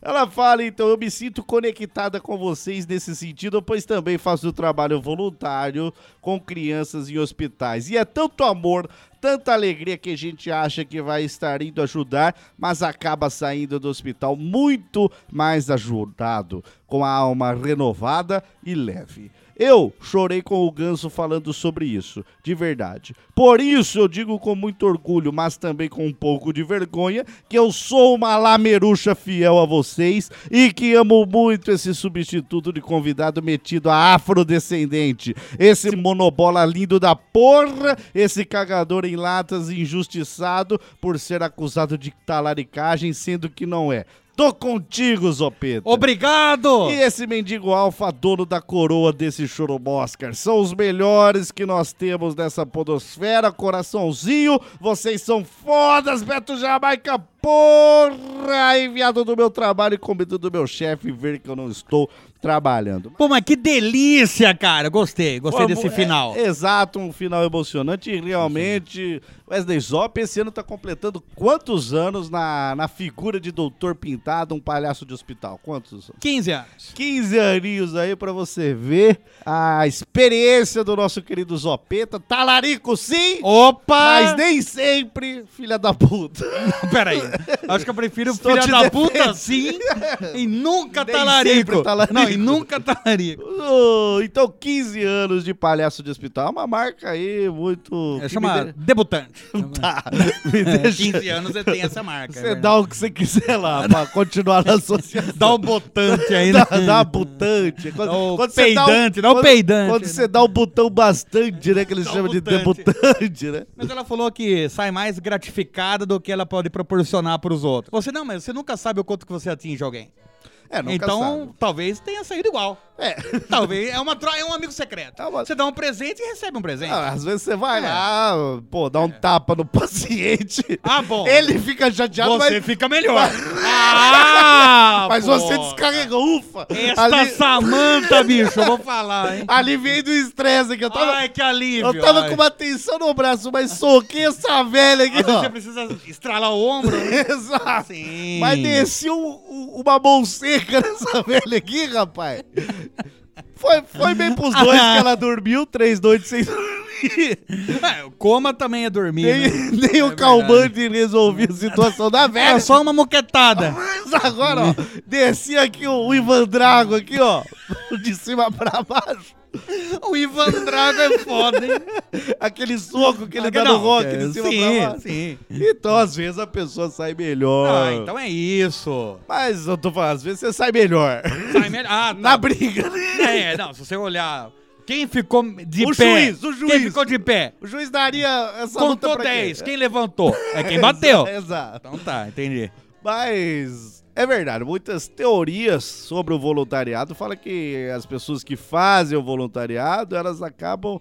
Speaker 2: Ela fala, então, eu me sinto conectada com vocês nesse sentido, pois também faço trabalho voluntário com crianças em hospitais. E é tanto amor, tanta alegria que a gente acha que vai estar indo ajudar, mas acaba saindo do hospital muito mais ajudado, com a alma renovada e leve. Eu chorei com o Ganso falando sobre isso, de verdade. Por isso eu digo com muito orgulho, mas também com um pouco de vergonha, que eu sou uma lamerucha fiel a vocês e que amo muito esse substituto de convidado metido a afrodescendente. Esse monobola lindo da porra, esse cagador em latas injustiçado por ser acusado de talaricagem, sendo que não é. Tô contigo, Zopeta.
Speaker 3: Obrigado!
Speaker 2: E esse mendigo alfa, dono da coroa desse Oscar, São os melhores que nós temos nessa podosfera, coraçãozinho. Vocês são fodas, Beto Jamaica, porra! Enviado do meu trabalho e com medo do meu chefe ver que eu não estou trabalhando.
Speaker 3: Pô, mas que delícia, cara. Gostei, gostei desse
Speaker 2: Como- é,
Speaker 3: final.
Speaker 2: exato, um final emocionante. E realmente, Wesley Zop esse ano tá completando quantos anos na, na figura de doutor pintado, um palhaço de hospital? Quantos anos?
Speaker 3: 15 anos.
Speaker 2: 15 aninhos aí pra você ver a experiência do nosso querido Zopeta. Talarico sim,
Speaker 3: Opa!
Speaker 2: mas nem sempre, filha da puta.
Speaker 3: Peraí. Acho que eu prefiro
Speaker 2: Estou
Speaker 3: filha
Speaker 2: te
Speaker 3: da
Speaker 2: defendendo.
Speaker 3: puta sim e nunca
Speaker 2: Nem
Speaker 3: talarico.
Speaker 2: sempre tá talarico.
Speaker 3: Não, e nunca tá talarico.
Speaker 2: Oh, então 15 anos de palhaço de hospital, é uma marca aí muito...
Speaker 3: É
Speaker 2: que
Speaker 3: chama
Speaker 2: me de-
Speaker 3: debutante.
Speaker 2: Tá, me
Speaker 3: É,
Speaker 2: deixa...
Speaker 3: 15 anos você tem essa marca. é
Speaker 2: Você
Speaker 3: verdade.
Speaker 2: dá o que você quiser lá pra continuar na associação.
Speaker 3: Dá o botante aí, né?
Speaker 2: Dá, dá a butante. Quando,
Speaker 3: Dá o
Speaker 2: você um
Speaker 3: peidante, dá o
Speaker 2: quando-
Speaker 3: peidante. né?
Speaker 2: Quando você dá o botão bastante, né? Que eles
Speaker 3: Dá um o
Speaker 2: chamam de
Speaker 3: butante.
Speaker 2: debutante, né?
Speaker 3: Mas ela falou que sai mais gratificada do que ela pode proporcionar pros outros. Você não, mas você nunca sabe o quanto que você atinge alguém.
Speaker 2: É, nunca
Speaker 3: então,
Speaker 2: sabe.
Speaker 3: talvez tenha saído igual.
Speaker 2: É.
Speaker 3: Talvez é uma tro- é um amigo secreto.
Speaker 2: É uma-
Speaker 3: Você dá um presente e recebe um presente.
Speaker 2: Ah, às vezes você vai
Speaker 3: É.
Speaker 2: lá, pô, dá um tapa no paciente.
Speaker 3: Ah, bom.
Speaker 2: Ele fica chateado,
Speaker 3: você
Speaker 2: mas,
Speaker 3: fica melhor. Ah,
Speaker 2: mas
Speaker 3: pô.
Speaker 2: você descarregou. Ufa!
Speaker 3: Esta Samanta, bicho, eu vou falar, hein?
Speaker 2: aliviei do estresse que Ah, eu tava.
Speaker 3: Ai, que alívio.
Speaker 2: eu tava
Speaker 3: ai.
Speaker 2: com uma tensão no braço, mas soquei essa velha aqui,
Speaker 3: Às vezes Você
Speaker 2: ó.
Speaker 3: precisa estralar o ombro. né?
Speaker 2: Exato.
Speaker 3: Sim.
Speaker 2: Mas desci um- um- uma mão seca nessa velha aqui, rapaz. Foi, foi bem pros dois que ela dormiu, três noites sem dormir.
Speaker 3: É, o coma também é dormir.
Speaker 2: Nem,
Speaker 3: né?
Speaker 2: nem o calmante resolvia a situação da velha.
Speaker 3: É só uma moquetada.
Speaker 2: Mas agora, ó, desci aqui o, o Ivan Drago aqui, ó, de cima pra baixo.
Speaker 3: O Ivan Drago é foda, hein?
Speaker 2: Aquele soco que ele
Speaker 3: Ah,
Speaker 2: dá no
Speaker 3: não,
Speaker 2: rock
Speaker 3: é,
Speaker 2: de cima
Speaker 3: sim,
Speaker 2: pra baixo.
Speaker 3: sim.
Speaker 2: Então, às vezes, a pessoa sai melhor.
Speaker 3: Ah, então é isso.
Speaker 2: Mas eu tô falando, às vezes você sai melhor.
Speaker 3: Sai melhor. Ah, tá.
Speaker 2: Na briga. né?
Speaker 3: É, não, se você olhar. Quem ficou de
Speaker 2: O
Speaker 3: pé?
Speaker 2: juiz, o
Speaker 3: Quem
Speaker 2: juiz.
Speaker 3: ficou de pé?
Speaker 2: O juiz daria essa luta
Speaker 3: Contou
Speaker 2: pra
Speaker 3: 10.
Speaker 2: quem?
Speaker 3: Quem levantou? É quem bateu.
Speaker 2: Exato.
Speaker 3: Então tá, entendi.
Speaker 2: Mas é verdade, muitas teorias sobre o voluntariado falam que as pessoas que fazem o voluntariado, elas acabam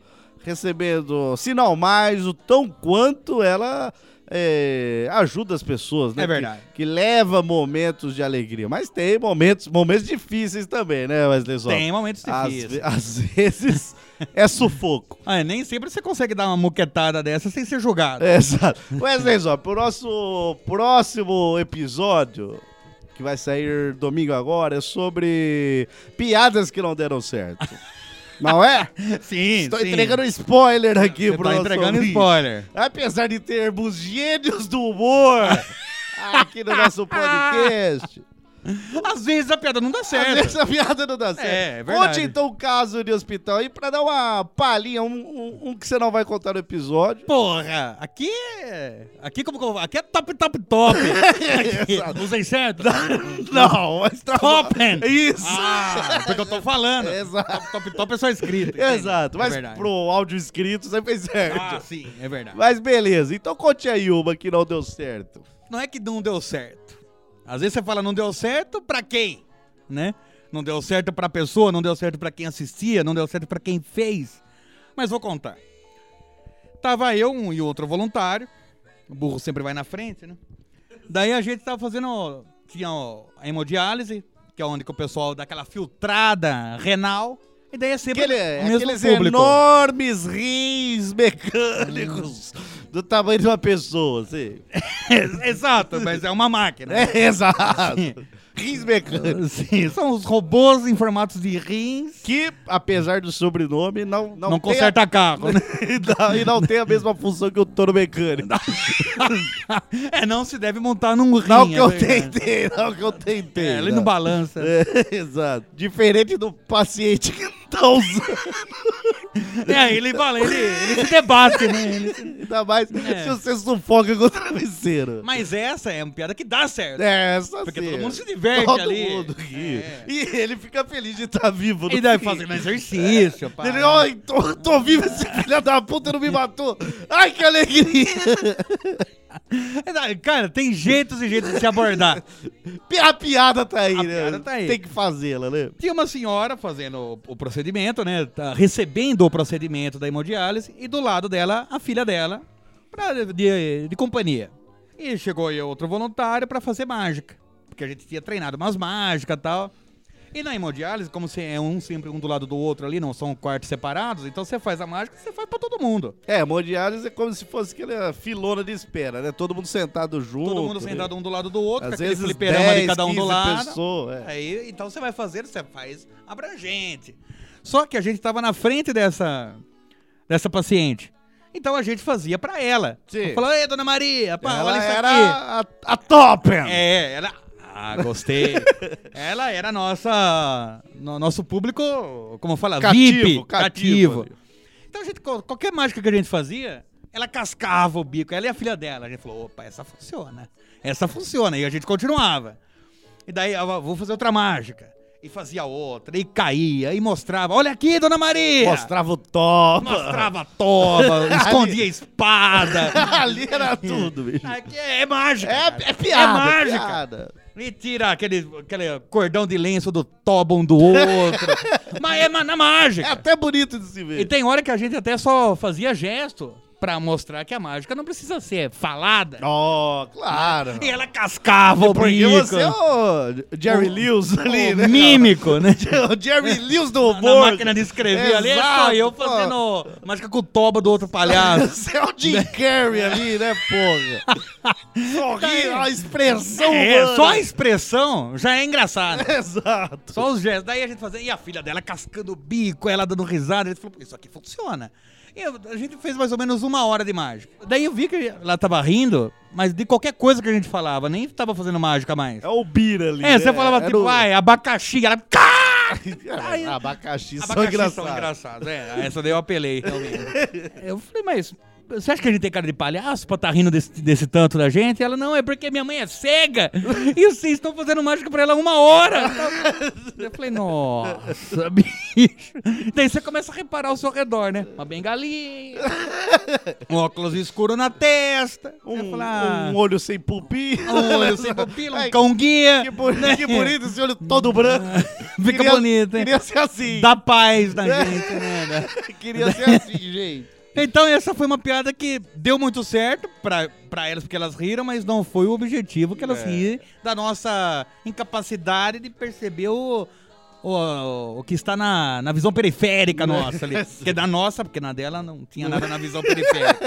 Speaker 2: recebendo, se não mais, o tão quanto ela é, ajuda as pessoas, né?
Speaker 3: É verdade.
Speaker 2: Que, que leva momentos de alegria. Mas tem momentos, momentos difíceis também, né, Wesley? Zop?
Speaker 3: Tem momentos
Speaker 2: Às
Speaker 3: difíceis.
Speaker 2: ve- Às, vezes é sufoco.
Speaker 3: Ah, nem sempre você consegue dar uma moquetada dessa sem ser julgado.
Speaker 2: É, exato. Wesley Zop, o nosso próximo episódio, que vai sair domingo agora, é sobre piadas que não deram certo. Não é?
Speaker 3: Sim,
Speaker 2: Estou
Speaker 3: sim.
Speaker 2: entregando spoiler aqui
Speaker 3: Você
Speaker 2: pro
Speaker 3: tá
Speaker 2: nosso
Speaker 3: entregando
Speaker 2: ouvinte.
Speaker 3: spoiler.
Speaker 2: Apesar de termos gênios do humor aqui no nosso podcast,
Speaker 3: Às vezes a piada não dá
Speaker 2: Às
Speaker 3: certo.
Speaker 2: vezes a piada não dá certo.
Speaker 3: é verdade.
Speaker 2: Conte então um caso de hospital aí pra dar uma palhinha, um, um- um que você não vai contar no episódio.
Speaker 3: Porra, aqui é. Aqui como que eu vou- Aqui é top, top, top. Aqui, usei certo?
Speaker 2: Não, mas tá
Speaker 3: top! hand.
Speaker 2: Isso!
Speaker 3: Ah, porque eu tô falando.
Speaker 2: Exato.
Speaker 3: Top, top, top é só escrito. entende?
Speaker 2: Exato,
Speaker 3: é
Speaker 2: mas
Speaker 3: verdade.
Speaker 2: pro áudio escrito você fez certo.
Speaker 3: Ah, sim, é verdade.
Speaker 2: Mas beleza, então conte aí uma que não deu certo.
Speaker 3: Não é que não deu certo. Às vezes você fala, não deu certo pra quem? Né? Não deu certo pra pessoa, não deu certo pra quem assistia, não deu certo pra quem fez. Mas vou contar. Tava eu um e outro voluntário. O burro sempre vai na frente, né? Daí a gente tava fazendo. ó, Tinha ó, a hemodiálise, que é onde que o pessoal dá aquela filtrada renal. E daí é sempre
Speaker 2: Aquele,
Speaker 3: o mesmo
Speaker 2: aqueles
Speaker 3: público.
Speaker 2: enormes rins mecânicos do tamanho de uma pessoa, assim.
Speaker 3: Exato, mas é uma máquina.
Speaker 2: É, exato. Rins mecânicos.
Speaker 3: Sim, são os robôs em formatos de rins.
Speaker 2: Que, apesar do sobrenome, não, não,
Speaker 3: Não,
Speaker 2: tem a-
Speaker 3: conserta carro, né?
Speaker 2: Não, e não tem a mesma função que o touro mecânico. Não,
Speaker 3: é, não se deve montar num rim.
Speaker 2: não que
Speaker 3: é
Speaker 2: eu
Speaker 3: verdade.
Speaker 2: tentei, não que eu tentei. né?
Speaker 3: É, ele não balança.
Speaker 2: É, exato. Diferente do paciente que tá usando.
Speaker 3: É, ele balança, ele, ele se debate, né? Ele se-
Speaker 2: Ainda mais
Speaker 3: É.
Speaker 2: se você sufoca com o travesseiro.
Speaker 3: Mas essa é uma piada que dá certo.
Speaker 2: É, essa
Speaker 3: Porque
Speaker 2: sim.
Speaker 3: todo mundo se diverte
Speaker 2: Todo
Speaker 3: ali.
Speaker 2: mundo ri.
Speaker 3: É.
Speaker 2: E ele fica feliz de estar vivo. no
Speaker 3: E daí assim,
Speaker 2: fim. É,
Speaker 3: fazendo exercício, pá.
Speaker 2: Ele, ai, tô, tô vivo, esse
Speaker 3: né?"
Speaker 2: filho da puta não me matou. Ai, que alegria.
Speaker 3: É, daí, Cara, tem jeitos e jeitos de se abordar.
Speaker 2: A piada tá aí,
Speaker 3: A
Speaker 2: né?
Speaker 3: piada tá aí.
Speaker 2: Tem que fazê-la, né?
Speaker 3: Tinha uma senhora fazendo o- o procedimento, né? Tá recebendo o procedimento da hemodiálise e do lado dela a filha dela pra, de, de companhia. E chegou aí outro voluntário pra fazer mágica, porque a gente tinha treinado umas mágicas e tal. E na hemodiálise, como você é um sempre um do lado do outro ali, não são quartos separados, então você faz a mágica, você faz pra todo mundo.
Speaker 2: É, hemodiálise é como se fosse aquela filona de espera, né? Todo mundo sentado junto. né?
Speaker 3: Todo mundo sentado um do lado do outro,
Speaker 2: Às
Speaker 3: com aquele
Speaker 2: vezes
Speaker 3: fliperama
Speaker 2: 10,
Speaker 3: de cada um do
Speaker 2: 15
Speaker 3: lado.
Speaker 2: pessoas, é.
Speaker 3: Aí, então você vai fazer, você faz abrangente. Só que a gente tava na frente dessa dessa paciente. Então a gente fazia pra ela.
Speaker 2: Sim.
Speaker 3: Falou, ei, dona Maria, pá,
Speaker 2: Ela
Speaker 3: olha isso aqui.
Speaker 2: era a, a top!
Speaker 3: É, ela. Ah, gostei. ela era nossa. no- nosso público, como fala,
Speaker 2: Cativo, cativo.
Speaker 3: VIP, cativo. Então a gente, qual- qualquer mágica que a gente fazia, ela cascava o bico, ela e a filha dela. A gente falou, opa, essa funciona. Essa funciona. E a gente continuava. E daí, ah, vou fazer outra mágica. E fazia outra, e caía, e mostrava. Olha aqui, dona Maria!
Speaker 2: Mostrava o top!
Speaker 3: Mostrava a toba, escondia a espada.
Speaker 2: Ali era tudo, bicho.
Speaker 3: Aqui é, é mágica.
Speaker 2: É,
Speaker 3: cara.
Speaker 2: é piada,
Speaker 3: É mágica.
Speaker 2: piada.
Speaker 3: E tira aquele, aquele cordão de lenço do toba um do outro. Mas é ma- na
Speaker 2: É
Speaker 3: mágica.
Speaker 2: até bonito de se ver.
Speaker 3: E tem hora que a gente até só fazia gesto pra mostrar que a mágica não precisa ser falada.
Speaker 2: Ó, claro.
Speaker 3: E é ela cascava o
Speaker 2: Porque
Speaker 3: bico.
Speaker 2: você é o Jerry
Speaker 3: O-
Speaker 2: Lewis ali,
Speaker 3: o
Speaker 2: né?
Speaker 3: mímico, né?
Speaker 2: O Jerry Lewis do
Speaker 3: Na
Speaker 2: humor.
Speaker 3: máquina de escrever ali, é só
Speaker 2: Exato,
Speaker 3: eu
Speaker 2: pô.
Speaker 3: fazendo mágica com o toba do outro palhaço.
Speaker 2: Você é o Jim Carrey ali, né, porra? Sorrindo, a expressão
Speaker 3: Tá É,
Speaker 2: humana.
Speaker 3: só a expressão já é engraçada.
Speaker 2: Exato.
Speaker 3: Só os gestos. Daí a gente fazia. E a filha dela cascando o bico, ela dando risada. A gente falou, "Pô, isso aqui funciona. E eu- a gente fez mais ou menos uma hora de mágica. Daí eu vi que ela tava rindo, mas de qualquer coisa que a gente falava, nem tava fazendo mágica mais.
Speaker 2: É o Bira ali. né?
Speaker 3: É, você falava
Speaker 2: Era
Speaker 3: tipo,
Speaker 2: o-
Speaker 3: ai, abacaxi. Ela. Cá!
Speaker 2: É, abacaxi, só
Speaker 3: Abacaxi
Speaker 2: engraçado.
Speaker 3: Ah, são engraçados. É, essa daí eu apelei, realmente. eu falei, mas Você acha que a gente tem cara de palhaço pra estar rindo desse, desse tanto da gente? Ela, não, é porque minha mãe é cega e vocês estão fazendo mágica pra ela uma hora. Eu falei, nossa, bicho. Daí você começa a reparar ao seu redor, né? Uma bengalinha, um óculos escuro na testa.
Speaker 2: Um,
Speaker 3: eu falei, ah,
Speaker 2: um olho sem pupila.
Speaker 3: um olho sem pupila, um É.
Speaker 2: Ai,
Speaker 3: cão-guia.
Speaker 2: Que, boni- que bonito esse olho todo branco.
Speaker 3: Fica
Speaker 2: Queria-
Speaker 3: bonito, hein?
Speaker 2: Queria ser assim.
Speaker 3: Dá paz na gente, né? né?
Speaker 2: Queria ser assim, gente.
Speaker 3: Então essa foi uma piada que deu muito certo pra, pra elas, porque elas riram, mas não foi o objetivo que elas riram da nossa incapacidade de perceber o, o, o que está na, na visão periférica nossa ali. Porque da nossa, porque na dela não tinha nada na visão periférica.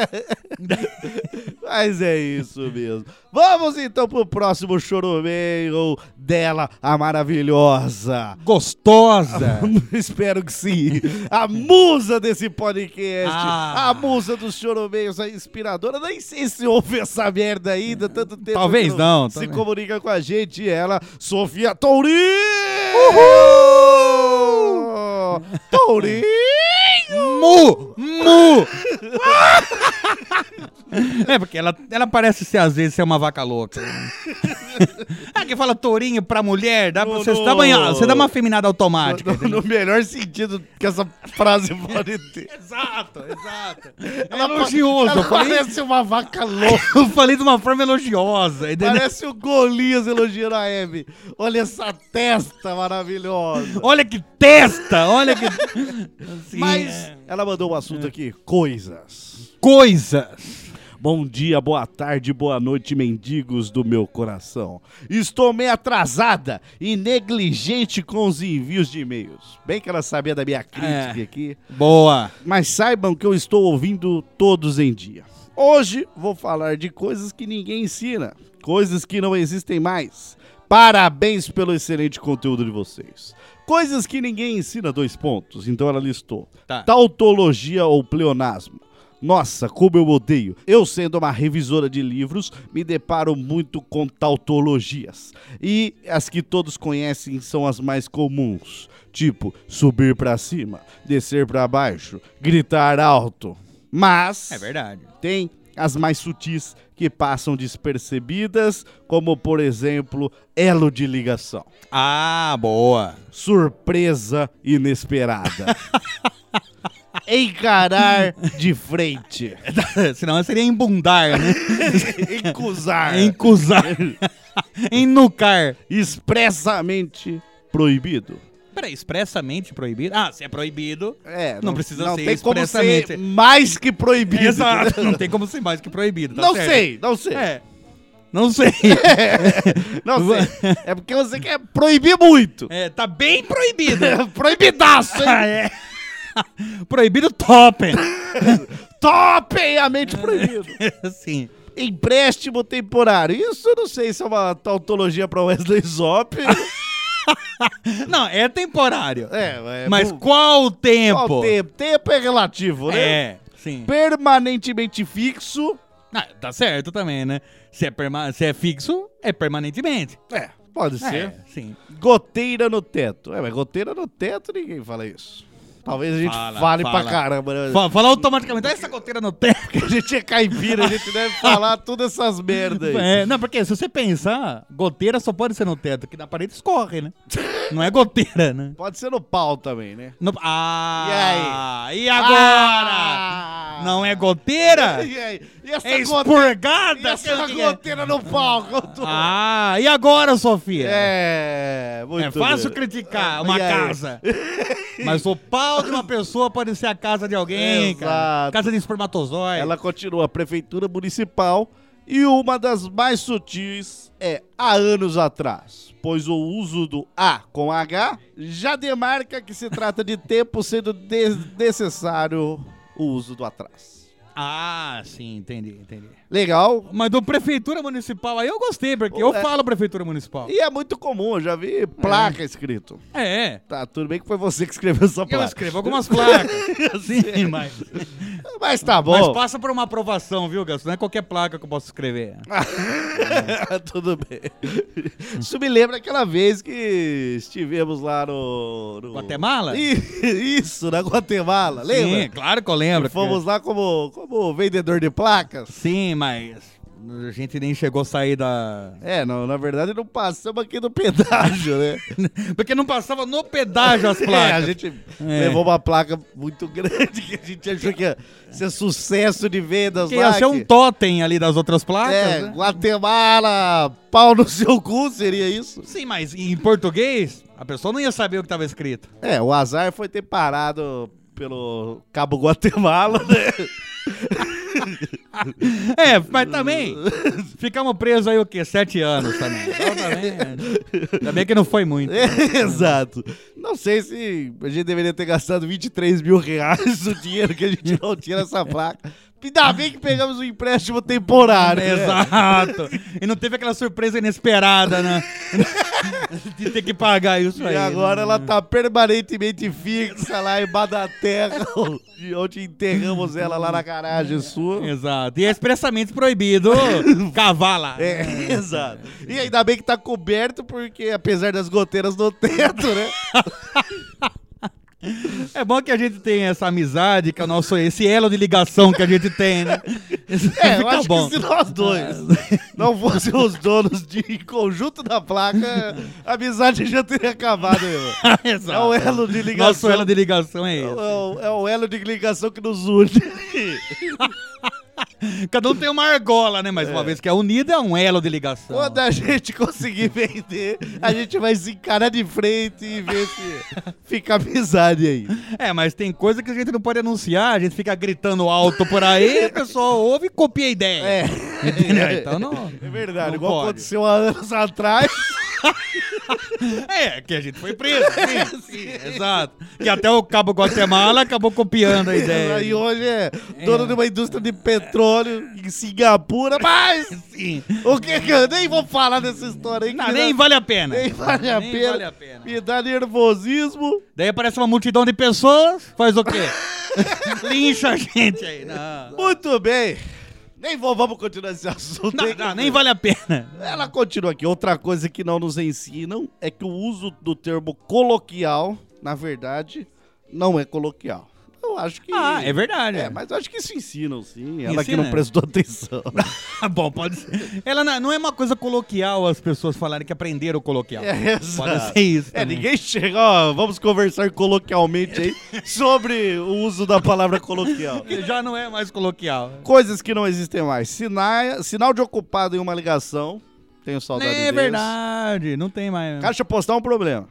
Speaker 2: Mas é isso mesmo. Vamos então pro próximo choromeio dela, a maravilhosa.
Speaker 3: Gostosa!
Speaker 2: Espero que sim. A musa desse podcast.
Speaker 3: Ah.
Speaker 2: A musa dos choromeios, a inspiradora. Nem sei se ouve essa merda ainda. Tanto tempo
Speaker 3: Talvez
Speaker 2: que
Speaker 3: não,
Speaker 2: Se
Speaker 3: talvez.
Speaker 2: comunica com a gente, ela, Sofia Tourinho. Uhul! Tourinho!
Speaker 3: Mu! Mu! é, porque ela, ela parece ser, às vezes, ser uma vaca louca. ah, que fala tourinho pra mulher, dá pra
Speaker 2: No-
Speaker 3: você,
Speaker 2: no-
Speaker 3: dá uma, você dá uma feminada automática.
Speaker 2: No, no melhor sentido que essa frase pode ter.
Speaker 3: Exato, exato.
Speaker 2: Ela pa-
Speaker 3: É elogioso.
Speaker 2: Ela
Speaker 3: eu, falei,
Speaker 2: parece uma vaca louca.
Speaker 3: eu falei de uma forma elogiosa, entendeu?
Speaker 2: Parece o Golias elogiando a Hebe. Olha essa testa maravilhosa.
Speaker 3: Olha que testa, olha que... Assim,
Speaker 2: Mas
Speaker 3: é,
Speaker 2: ela mandou um assunto aqui: coisas.
Speaker 3: Coisas.
Speaker 2: Bom dia, boa tarde, boa noite, mendigos do meu coração. Estou meio atrasada e negligente com os envios de e-mails. Bem que ela sabia da minha crítica
Speaker 3: É.
Speaker 2: aqui.
Speaker 3: Boa.
Speaker 2: Mas saibam que eu estou ouvindo todos em dia. Hoje vou falar de coisas que ninguém ensina, coisas que não existem mais. Parabéns pelo excelente conteúdo de vocês. Coisas que ninguém ensina, dois pontos. Então ela listou.
Speaker 3: Tá.
Speaker 2: Tautologia ou pleonasmo. Nossa, como eu odeio. Eu, sendo uma revisora de livros, me deparo muito com tautologias. E as que todos conhecem são as mais comuns. Tipo, subir pra cima, descer pra baixo, gritar alto. Mas
Speaker 3: É verdade.
Speaker 2: tem as mais sutis que passam despercebidas, como por exemplo, elo de ligação.
Speaker 3: Ah, boa.
Speaker 2: Surpresa inesperada. Encarar de frente.
Speaker 3: Senão seria embundar, né?
Speaker 2: Encusar.
Speaker 3: Encusar. Enucar.
Speaker 2: Expressamente proibido.
Speaker 3: Peraí, expressamente proibido? Ah, se é proibido.
Speaker 2: É,
Speaker 3: Não precisa
Speaker 2: não
Speaker 3: ser
Speaker 2: tem como ser
Speaker 3: expressamente.
Speaker 2: mais que proibido.
Speaker 3: Exato. Não tem como ser mais que proibido. tá
Speaker 2: não
Speaker 3: certo?
Speaker 2: sei, não sei.
Speaker 3: É. Não sei.
Speaker 2: Não sei. É porque você quer proibir muito.
Speaker 3: É, tá bem proibido.
Speaker 2: É Proibidaço, hein?
Speaker 3: Ah, é. proibido top.
Speaker 2: Topeiamente proibido.
Speaker 3: Sim.
Speaker 2: Empréstimo temporário. Isso eu não sei se é uma tautologia pra Wesley Zop.
Speaker 3: Não, é temporário.
Speaker 2: É, é
Speaker 3: Mas
Speaker 2: bom.
Speaker 3: qual o tempo?
Speaker 2: Qual tempo? Tempo é relativo, né?
Speaker 3: É, sim.
Speaker 2: Permanentemente fixo.
Speaker 3: Ah, tá certo também, né? Se é, perma... se é fixo, é permanentemente.
Speaker 2: É, pode ser.
Speaker 3: É, sim.
Speaker 2: Goteira no teto. É, mas goteira no teto ninguém fala isso. Talvez a gente
Speaker 3: Fala,
Speaker 2: fale pra
Speaker 3: fala.
Speaker 2: caramba, né?
Speaker 3: Fa- Falar automaticamente, "Ah, essa goteira no teto.
Speaker 2: A gente é caipira, a gente deve falar todas essas merdas aí.
Speaker 3: É, não, porque se você pensar, goteira só pode ser no teto, que na parede escorre, né? Não é goteira, né?
Speaker 2: Pode ser no pau também, né?
Speaker 3: No- Ah! E, agora?
Speaker 2: Ah!
Speaker 3: Não é goteira?
Speaker 2: E aí? E essa goteira?
Speaker 3: É
Speaker 2: E
Speaker 3: expurgada?
Speaker 2: essa
Speaker 3: Sabe o que é?
Speaker 2: goteira no pau? que eu tô-
Speaker 3: Ah, e agora, Sofia?
Speaker 2: É, muito
Speaker 3: É fácil
Speaker 2: bem.
Speaker 3: criticar
Speaker 2: Ah,
Speaker 3: uma
Speaker 2: e aí?
Speaker 3: casa. Mas o pau de uma pessoa pode ser a casa de alguém, cara.
Speaker 2: Exato.
Speaker 3: Casa de espermatozoide.
Speaker 2: Ela continua, Prefeitura Municipal. E uma das mais sutis é há anos atrás, pois o uso do A com H já demarca que se trata de tempo sendo desnecessário o uso do atrás.
Speaker 3: Ah, sim, entendi, entendi.
Speaker 2: Legal.
Speaker 3: Mas do Prefeitura Municipal aí eu gostei, porque eu
Speaker 2: É.
Speaker 3: falo Prefeitura Municipal.
Speaker 2: E é muito comum, eu já vi placa escrito.
Speaker 3: É, é.
Speaker 2: Tá, tudo bem que foi você que escreveu essa
Speaker 3: Eu
Speaker 2: placa.
Speaker 3: escrevo algumas placas. sim, mas.
Speaker 2: Mas tá
Speaker 3: Mas
Speaker 2: bom.
Speaker 3: passa por uma aprovação, viu, Gasto? Não é qualquer placa que eu posso escrever.
Speaker 2: Tudo bem. Isso me lembra aquela vez que estivemos lá no. no-
Speaker 3: Guatemala?
Speaker 2: I- Isso, na Guatemala.
Speaker 3: Sim,
Speaker 2: Lembra?
Speaker 3: claro que eu lembro.
Speaker 2: Fomos lá como, como vendedor de placas.
Speaker 3: Sim, mas a gente nem chegou a sair da...
Speaker 2: É, não, na verdade não passamos aqui do pedágio, né?
Speaker 3: Porque não passava no pedágio as placas.
Speaker 2: É, a gente
Speaker 3: É.
Speaker 2: levou uma placa muito grande que a gente achou que ia ser sucesso de vendas
Speaker 3: Que
Speaker 2: lá.
Speaker 3: ia ser um
Speaker 2: que-
Speaker 3: totem ali das outras placas,
Speaker 2: É,
Speaker 3: né?
Speaker 2: Guatemala, pau no seu cu, seria isso?
Speaker 3: Sim, mas em português, a pessoa não ia saber o que estava escrito.
Speaker 2: É, o azar foi ter parado pelo Cabo Guatemala, né?
Speaker 3: É, mas também, ficamos presos aí o quê? Sete anos também. Então, também, ainda bem que não foi muito.
Speaker 2: É, Exato. Não sei se a gente deveria ter gastado 23 mil reais o dinheiro que a gente não tinha nessa placa. Ainda bem que pegamos um empréstimo temporário. né?
Speaker 3: É, Exato. E não teve aquela surpresa inesperada, né? De ter que pagar isso aí.
Speaker 2: E agora
Speaker 3: né?
Speaker 2: ela tá permanentemente fixa lá em Terra, onde enterramos ela lá na garagem sua.
Speaker 3: Exato. E é expressamente proibido cavar lá.
Speaker 2: É, exato. E ainda bem que tá coberto, porque apesar das goteiras no teto, né?
Speaker 3: É bom que a gente tem essa amizade, que é o nosso, esse elo de ligação que a gente tem, né? Isso
Speaker 2: É, eu
Speaker 3: fica
Speaker 2: acho
Speaker 3: bom. É.
Speaker 2: que se nós dois não fossem os donos de conjunto da placa, a amizade já teria acabado, meu. irmão. É
Speaker 3: Exato.
Speaker 2: o elo de
Speaker 3: Nosso
Speaker 2: ligação.
Speaker 3: elo de ligação é
Speaker 2: É
Speaker 3: esse.
Speaker 2: o, é o elo de ligação que nos une.
Speaker 3: Cada um tem uma argola, né? Mas uma vez que é unido, é um elo de ligação.
Speaker 2: Quando a gente conseguir vender, a gente vai se encarar de frente e ver se fica amizade aí.
Speaker 3: É, mas tem coisa que a gente não pode anunciar, a gente fica gritando alto por aí, o pessoal ouve e copia a ideia.
Speaker 2: É.
Speaker 3: Entendeu? Então não.
Speaker 2: É verdade,
Speaker 3: Não
Speaker 2: igual
Speaker 3: pode.
Speaker 2: aconteceu há anos atrás.
Speaker 3: É, que a gente foi preso. Sim, sim, exato. Que até o Cabo Guatemala acabou copiando a
Speaker 2: E
Speaker 3: ideia.
Speaker 2: hoje é dono de uma indústria de petróleo em Singapura. Mas
Speaker 3: Sim.
Speaker 2: o que que eu nem vou falar dessa história aí?
Speaker 3: Não,
Speaker 2: que
Speaker 3: nem
Speaker 2: dá-
Speaker 3: vale a pena.
Speaker 2: nem vale a
Speaker 3: Nem
Speaker 2: pena.
Speaker 3: vale a pena.
Speaker 2: Me dá nervosismo.
Speaker 3: Daí aparece uma multidão de pessoas, faz o quê? Lincha a gente aí. Não,
Speaker 2: Muito bem. Nem vou, vamos continuar esse assunto.
Speaker 3: não,
Speaker 2: aí,
Speaker 3: não,
Speaker 2: que-
Speaker 3: nem vale a pena.
Speaker 2: Ela continua aqui. Outra coisa que não nos ensinam é que o uso do termo coloquial, na verdade, não é coloquial. Eu acho que.
Speaker 3: Ah, é verdade.
Speaker 2: É, mas eu acho que isso ensinam, sim. Ela que
Speaker 3: Ensina?
Speaker 2: não prestou atenção.
Speaker 3: Ah, bom, pode ser. Ela não, não é uma coisa coloquial as pessoas falarem que aprenderam o coloquial.
Speaker 2: É,
Speaker 3: Pode ser isso.
Speaker 2: É,
Speaker 3: também.
Speaker 2: ninguém chega, ó, vamos conversar coloquialmente aí sobre o uso da palavra coloquial.
Speaker 3: Porque Já não é mais coloquial.
Speaker 2: Coisas que não existem mais. Sina- sinal de ocupado em uma ligação. Tenho saudade
Speaker 3: É
Speaker 2: deles.
Speaker 3: verdade, não tem mais.
Speaker 2: Caixa postal é um problema.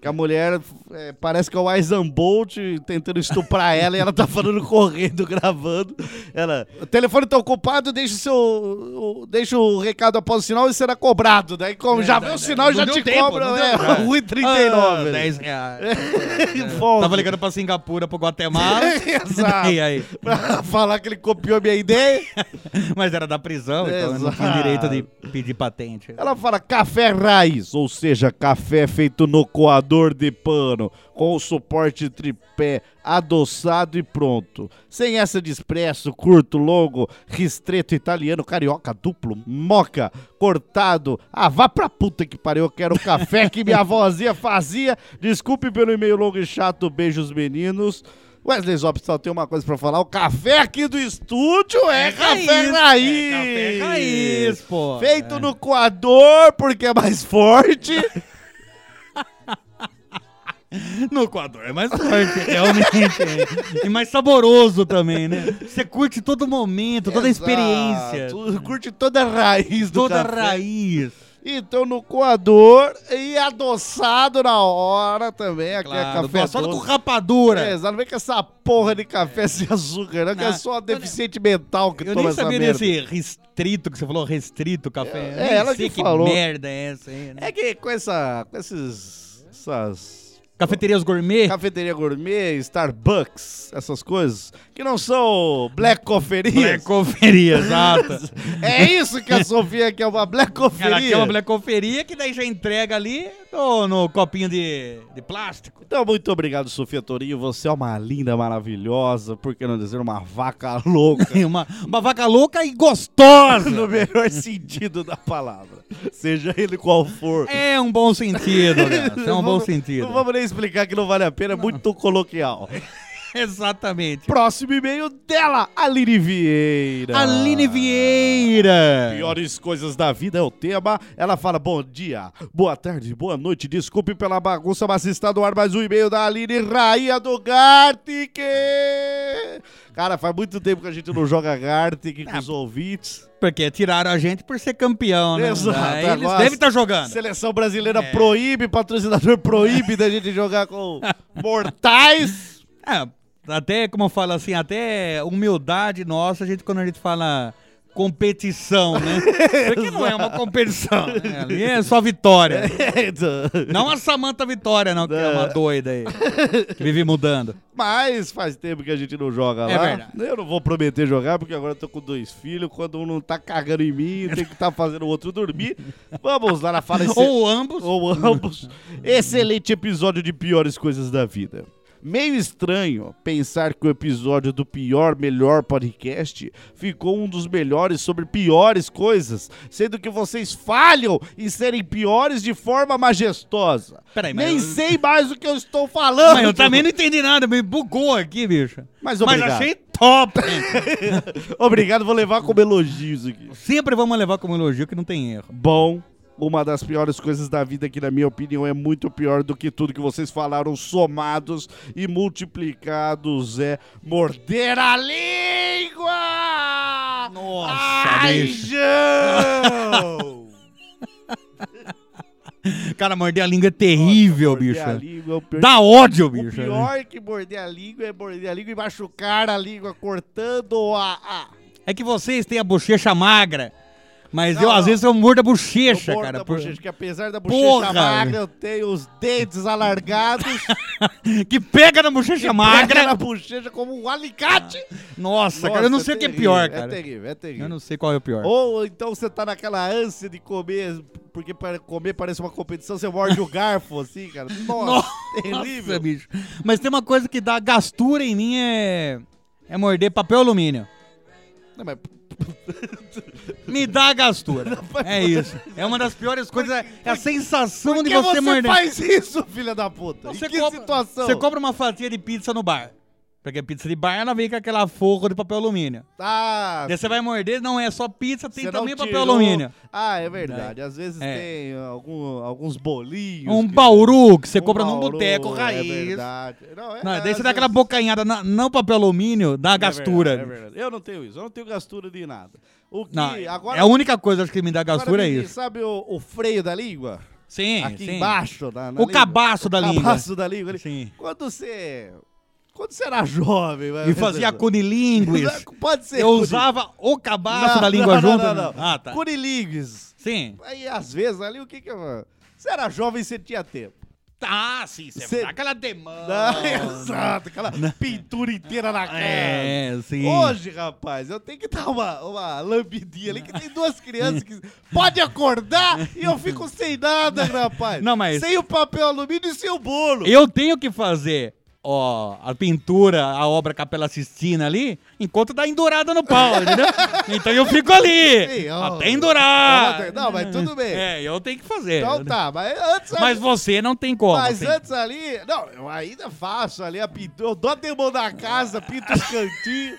Speaker 2: Que a mulher é, parece que é o Isan Bolt tentando estuprar ela e ela tá falando correndo, gravando. Ela, o telefone tá ocupado, deixa o seu. o- deixa o recado após o sinal e será cobrado. Daí, como já vê o sinal,
Speaker 3: Não
Speaker 2: já
Speaker 3: deu
Speaker 2: te
Speaker 3: tempo,
Speaker 2: cobra,
Speaker 3: não deu
Speaker 2: é,
Speaker 3: tempo. Ah,
Speaker 2: 1,39.
Speaker 3: 10
Speaker 2: É.
Speaker 3: reais.
Speaker 2: Volta.
Speaker 3: Tava ligando pra Singapura, pro Guatemala.
Speaker 2: Exato.
Speaker 3: E aí?
Speaker 2: pra falar que ele copiou minha ideia.
Speaker 3: Mas era da prisão, então eu não tinha
Speaker 2: Exato.
Speaker 3: direito de pedir patente.
Speaker 2: Ela fala café raiz, ou seja, café feito no coador de pano, com o suporte tripé, adoçado e pronto. Sem essa de expresso, curto, longo, ristreto italiano, carioca, duplo, moca, cortado. Ah, vá pra puta que pariu, eu quero o café que minha avózinha fazia. Desculpe pelo e-mail longo e chato, beijos meninos. Wesley Zop só tem uma coisa pra falar, o café aqui do estúdio é, café raiz.
Speaker 3: É café raiz, pô. É.
Speaker 2: Feito no coador, porque é mais forte.
Speaker 3: No coador é mais forte, realmente. é. E mais saboroso também, né? Você curte todo momento, toda a experiência.
Speaker 2: Exato. Curte toda a raiz do
Speaker 3: Toda a
Speaker 2: café.
Speaker 3: raiz.
Speaker 2: Então no coador e adoçado na hora também. Aqui é
Speaker 3: Claro,
Speaker 2: café
Speaker 3: só com
Speaker 2: doce.
Speaker 3: rapadura.
Speaker 2: É, exato. Não vem com essa porra de café sem açúcar, não, que é
Speaker 3: É. Não,
Speaker 2: só deficiente mental que
Speaker 3: Eu
Speaker 2: toma
Speaker 3: nem
Speaker 2: essa
Speaker 3: sabia
Speaker 2: merda.
Speaker 3: desse restrito que você falou, restrito café.
Speaker 2: É,
Speaker 3: Nem
Speaker 2: ela
Speaker 3: sei
Speaker 2: que falou.
Speaker 3: merda é essa aí, né?
Speaker 2: É que com essa. com esses. essas.
Speaker 3: Cafeterias gourmet.
Speaker 2: Cafeteria gourmet, Starbucks, essas coisas, que não são black coferias.
Speaker 3: Blecoferia, exato.
Speaker 2: É isso que a Sofia quer, uma black
Speaker 3: Ela quer é uma
Speaker 2: coferia.
Speaker 3: blecoferia que daí já entrega ali no, no copinho de, de plástico.
Speaker 2: Então, muito obrigado, Sofia Torinho. Você é uma linda, maravilhosa, por que não dizer uma vaca louca?
Speaker 3: Uma, uma vaca louca e gostosa.
Speaker 2: no melhor sentido da palavra. Seja ele qual for.
Speaker 3: É um bom sentido, Gans, É um bom sentido.
Speaker 2: Não vamos nem explicar que não vale a pena, é muito coloquial.
Speaker 3: Exatamente.
Speaker 2: Próximo e-mail dela, Aline Vieira.
Speaker 3: Aline Vieira.
Speaker 2: Piores coisas da vida é o tema. Ela fala: bom dia, boa tarde, boa noite. Desculpe pela bagunça, mas está no ar mais um e-mail da Aline Rainha do Gartic. Cara, faz muito tempo que a gente não joga Gartic com os ouvintes.
Speaker 3: Porque tiraram a gente por ser campeão, né?
Speaker 2: Exato,
Speaker 3: Aí eles
Speaker 2: agora-
Speaker 3: devem estar jogando.
Speaker 2: Seleção brasileira proíbe, patrocinador proíbe da gente jogar com mortais.
Speaker 3: É, até, como eu falo assim, até humildade nossa, a gente, quando a gente fala competição, né? Porque não é uma competição, né? Ali é só vitória.
Speaker 2: É, então.
Speaker 3: Não a Samanta Vitória, não, que é uma doida aí. Que vive mudando.
Speaker 2: Mas faz tempo que a gente não joga
Speaker 3: É
Speaker 2: lá.
Speaker 3: verdade.
Speaker 2: Eu não vou prometer jogar, porque agora eu tô com dois filhos. Quando um não tá cagando em mim, tem que estar fazendo o outro dormir. Vamos lá na fala. excelente-
Speaker 3: Ou ambos.
Speaker 2: Ou ambos. Excelente episódio de Piores Coisas da Vida. Meio estranho pensar que o episódio do pior melhor podcast ficou um dos melhores sobre piores coisas, sendo que vocês falham em serem piores de forma majestosa.
Speaker 3: Peraí, mas
Speaker 2: Nem
Speaker 3: eu-
Speaker 2: sei mais o que eu estou falando.
Speaker 3: Mas eu também não entendi nada, me bugou aqui, bicho.
Speaker 2: Mas
Speaker 3: Mas
Speaker 2: obrigado.
Speaker 3: achei top.
Speaker 2: Obrigado, vou levar como elogio isso aqui.
Speaker 3: Sempre vamos levar como elogio que não tem erro.
Speaker 2: Bom, uma das piores coisas da vida, que na minha opinião é muito pior do que tudo que vocês falaram, somados e multiplicados, é morder a língua!
Speaker 3: Nossa,
Speaker 2: Ai,
Speaker 3: bicho.
Speaker 2: João!
Speaker 3: Cara, morder a língua é terrível,
Speaker 2: Morder
Speaker 3: bicho.
Speaker 2: a língua é o pior.
Speaker 3: Dá ódio,
Speaker 2: O
Speaker 3: bicho. né?
Speaker 2: pior que morder a língua é morder a língua e machucar a língua, cortando a. a-
Speaker 3: É que vocês têm a bochecha magra. Mas
Speaker 2: Não,
Speaker 3: eu, às
Speaker 2: não.
Speaker 3: vezes, eu mordo a
Speaker 2: Eu
Speaker 3: bochecha,
Speaker 2: mordo
Speaker 3: cara.
Speaker 2: a
Speaker 3: por-
Speaker 2: bochecha, que apesar da bochecha
Speaker 3: Porra!
Speaker 2: magra, eu tenho os dentes alargados.
Speaker 3: Que pega na bochecha magra.
Speaker 2: na bochecha como um alicate.
Speaker 3: Nossa, cara, eu não sei o que é pior, cara.
Speaker 2: É terrível, é terrível.
Speaker 3: eu não sei qual é o pior.
Speaker 2: Ou então você tá naquela ânsia de comer, porque para comer parece uma competição, você morde o garfo assim, cara. Nossa, terrível.
Speaker 3: Nossa, bicho. Mas tem uma coisa que dá gastura em mim é. É morder papel alumínio.
Speaker 2: Não, mas
Speaker 3: Me dá gastura. é isso. É uma das piores coisas. É a sensação
Speaker 2: por
Speaker 3: de
Speaker 2: que
Speaker 3: você,
Speaker 2: você,
Speaker 3: morder.
Speaker 2: faz isso, filha da puta?
Speaker 3: Então
Speaker 2: em que situação?
Speaker 3: Você compra uma fatia de pizza no bar. Porque a pizza de bar ela vem com aquela forra de papel alumínio.
Speaker 2: Ah,
Speaker 3: Daí você vai morder, não é só pizza, tem
Speaker 2: você um não
Speaker 3: também papel
Speaker 2: tirou-
Speaker 3: alumínio.
Speaker 2: Ah, é verdade. Às vezes
Speaker 3: É.
Speaker 2: tem algum- alguns bolinhos.
Speaker 3: Um
Speaker 2: que-
Speaker 3: bauru que você
Speaker 2: um
Speaker 3: compra num
Speaker 2: bauru,
Speaker 3: boteco raiz.
Speaker 2: É verdade. Não, é-
Speaker 3: Não, daí
Speaker 2: às
Speaker 3: você dá aquela
Speaker 2: vezes-
Speaker 3: bocanhada na- não papel alumínio, dá
Speaker 2: É
Speaker 3: gastura.
Speaker 2: verdade, é verdade. Eu não tenho isso, eu não tenho gastura de nada. O que
Speaker 3: Não,
Speaker 2: agora.
Speaker 3: é a única coisa acho que me dá
Speaker 2: agora
Speaker 3: gastura é
Speaker 2: me diz,
Speaker 3: isso.
Speaker 2: Sabe o, o freio da língua?
Speaker 3: Sim,
Speaker 2: Aqui
Speaker 3: sim.
Speaker 2: embaixo. Na, na
Speaker 3: O
Speaker 2: língua.
Speaker 3: cabaço da língua.
Speaker 2: O cabaço da língua. ali.
Speaker 3: Sim.
Speaker 2: Quando você. Quando você era jovem.
Speaker 3: E fazia cunilinguis.
Speaker 2: Pode ser.
Speaker 3: Eu
Speaker 2: cuni-
Speaker 3: usava o cabaço
Speaker 2: Não,
Speaker 3: da língua
Speaker 2: não,
Speaker 3: junto.
Speaker 2: Não, não, não.
Speaker 3: Ah, tá.
Speaker 2: Cunilingues.
Speaker 3: Sim.
Speaker 2: Aí, às vezes, ali, o que que eu. Você era jovem, você tinha tempo.
Speaker 3: Ah, sim. Você
Speaker 2: Cê-
Speaker 3: dá aquela demanda.
Speaker 2: Não, exato, aquela pintura inteira na cara.
Speaker 3: É, sim.
Speaker 2: Hoje, rapaz, eu tenho que dar uma, uma lambidinha ali, que tem duas crianças que pode acordar e eu fico sem nada, rapaz.
Speaker 3: Não, mas-
Speaker 2: Sem o papel alumínio e sem o bolo.
Speaker 3: Eu tenho que fazer, ó, a pintura, a obra Capela Sistina ali, enquanto dá endurada no pau, entendeu? Então eu fico ali,
Speaker 2: Sim, ó.
Speaker 3: até endurar.
Speaker 2: Não, Não, mas tudo bem.
Speaker 3: É, eu tenho que fazer.
Speaker 2: Então tá, mas antes...
Speaker 3: Mas
Speaker 2: ali,
Speaker 3: você não tem como. assim.
Speaker 2: mas
Speaker 3: tem-
Speaker 2: antes ali... Não, eu ainda faço ali a pintura. Eu dou a demão da casa, pinto os cantinhos.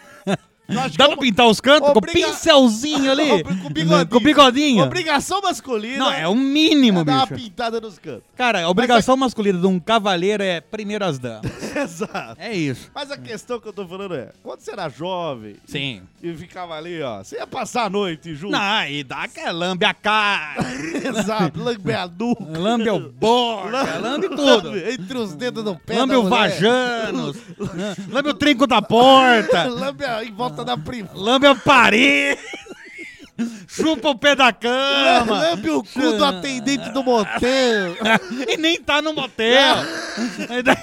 Speaker 2: Eu acho
Speaker 3: Dá
Speaker 2: que
Speaker 3: pra
Speaker 2: eu-
Speaker 3: pintar os cantos com o
Speaker 2: Obriga-
Speaker 3: pincelzinho ali?
Speaker 2: Com o bigodinho.
Speaker 3: Com o bigodinho.
Speaker 2: Obrigação masculina.
Speaker 3: Não, é o mínimo,
Speaker 2: é dar uma
Speaker 3: bicho.
Speaker 2: pintada nos cantos.
Speaker 3: Cara, a obrigação masculina de um cavaleiro é primeiro as damas.
Speaker 2: Exato.
Speaker 3: É isso.
Speaker 2: Mas a questão que eu tô falando é, quando você era jovem
Speaker 3: Sim.
Speaker 2: e ficava ali, ó, você ia passar a noite junto.
Speaker 3: Não, e dá aquela lambe a cara,
Speaker 2: Exato, lambe a nuca.
Speaker 3: lambe o borda, lambe tudo.
Speaker 2: Lambe Entre os dedos do pé
Speaker 3: Lambe
Speaker 2: da
Speaker 3: o
Speaker 2: mulher.
Speaker 3: vajanos, lambe o trinco da porta,
Speaker 2: Lambe a- em volta da prima.
Speaker 3: lambe a parede. Chupa o pé da cama.
Speaker 2: Lambe o cu do atendente do motel.
Speaker 3: e nem tá no motel.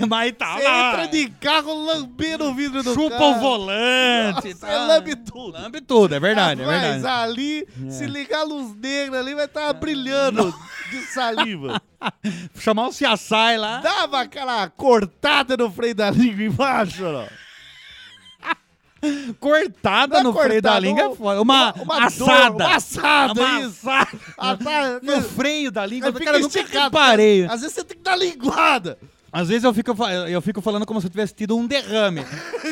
Speaker 3: Mas tá
Speaker 2: Você
Speaker 3: lá.
Speaker 2: entra de carro lambendo o vidro do
Speaker 3: Chupa
Speaker 2: carro.
Speaker 3: o volante.
Speaker 2: Você
Speaker 3: tá.
Speaker 2: lambe tudo.
Speaker 3: Lambe tudo, é verdade, é
Speaker 2: Mas
Speaker 3: verdade. É.
Speaker 2: ali, se ligar a luz negra ali, vai estar brilhando de saliva.
Speaker 3: Chamar o Ciaçai lá.
Speaker 2: Dava aquela cortada no freio da língua embaixo, ó.
Speaker 3: Cortada
Speaker 2: Não é
Speaker 3: no freio da
Speaker 2: cortada,
Speaker 3: língua
Speaker 2: um-
Speaker 3: é foda. Uma,
Speaker 2: uma- uma
Speaker 3: assada.
Speaker 2: dor, uma assada,
Speaker 3: Uma
Speaker 2: isso.
Speaker 3: assada.
Speaker 2: Ah, tá,
Speaker 3: No freio da língua.
Speaker 2: Aí
Speaker 3: Cara, eu nunca
Speaker 2: esticado.
Speaker 3: reparei.
Speaker 2: Às vezes você tem que dar linguada.
Speaker 3: Às vezes eu fico, fa- eu fico falando como se eu tivesse tido um derrame.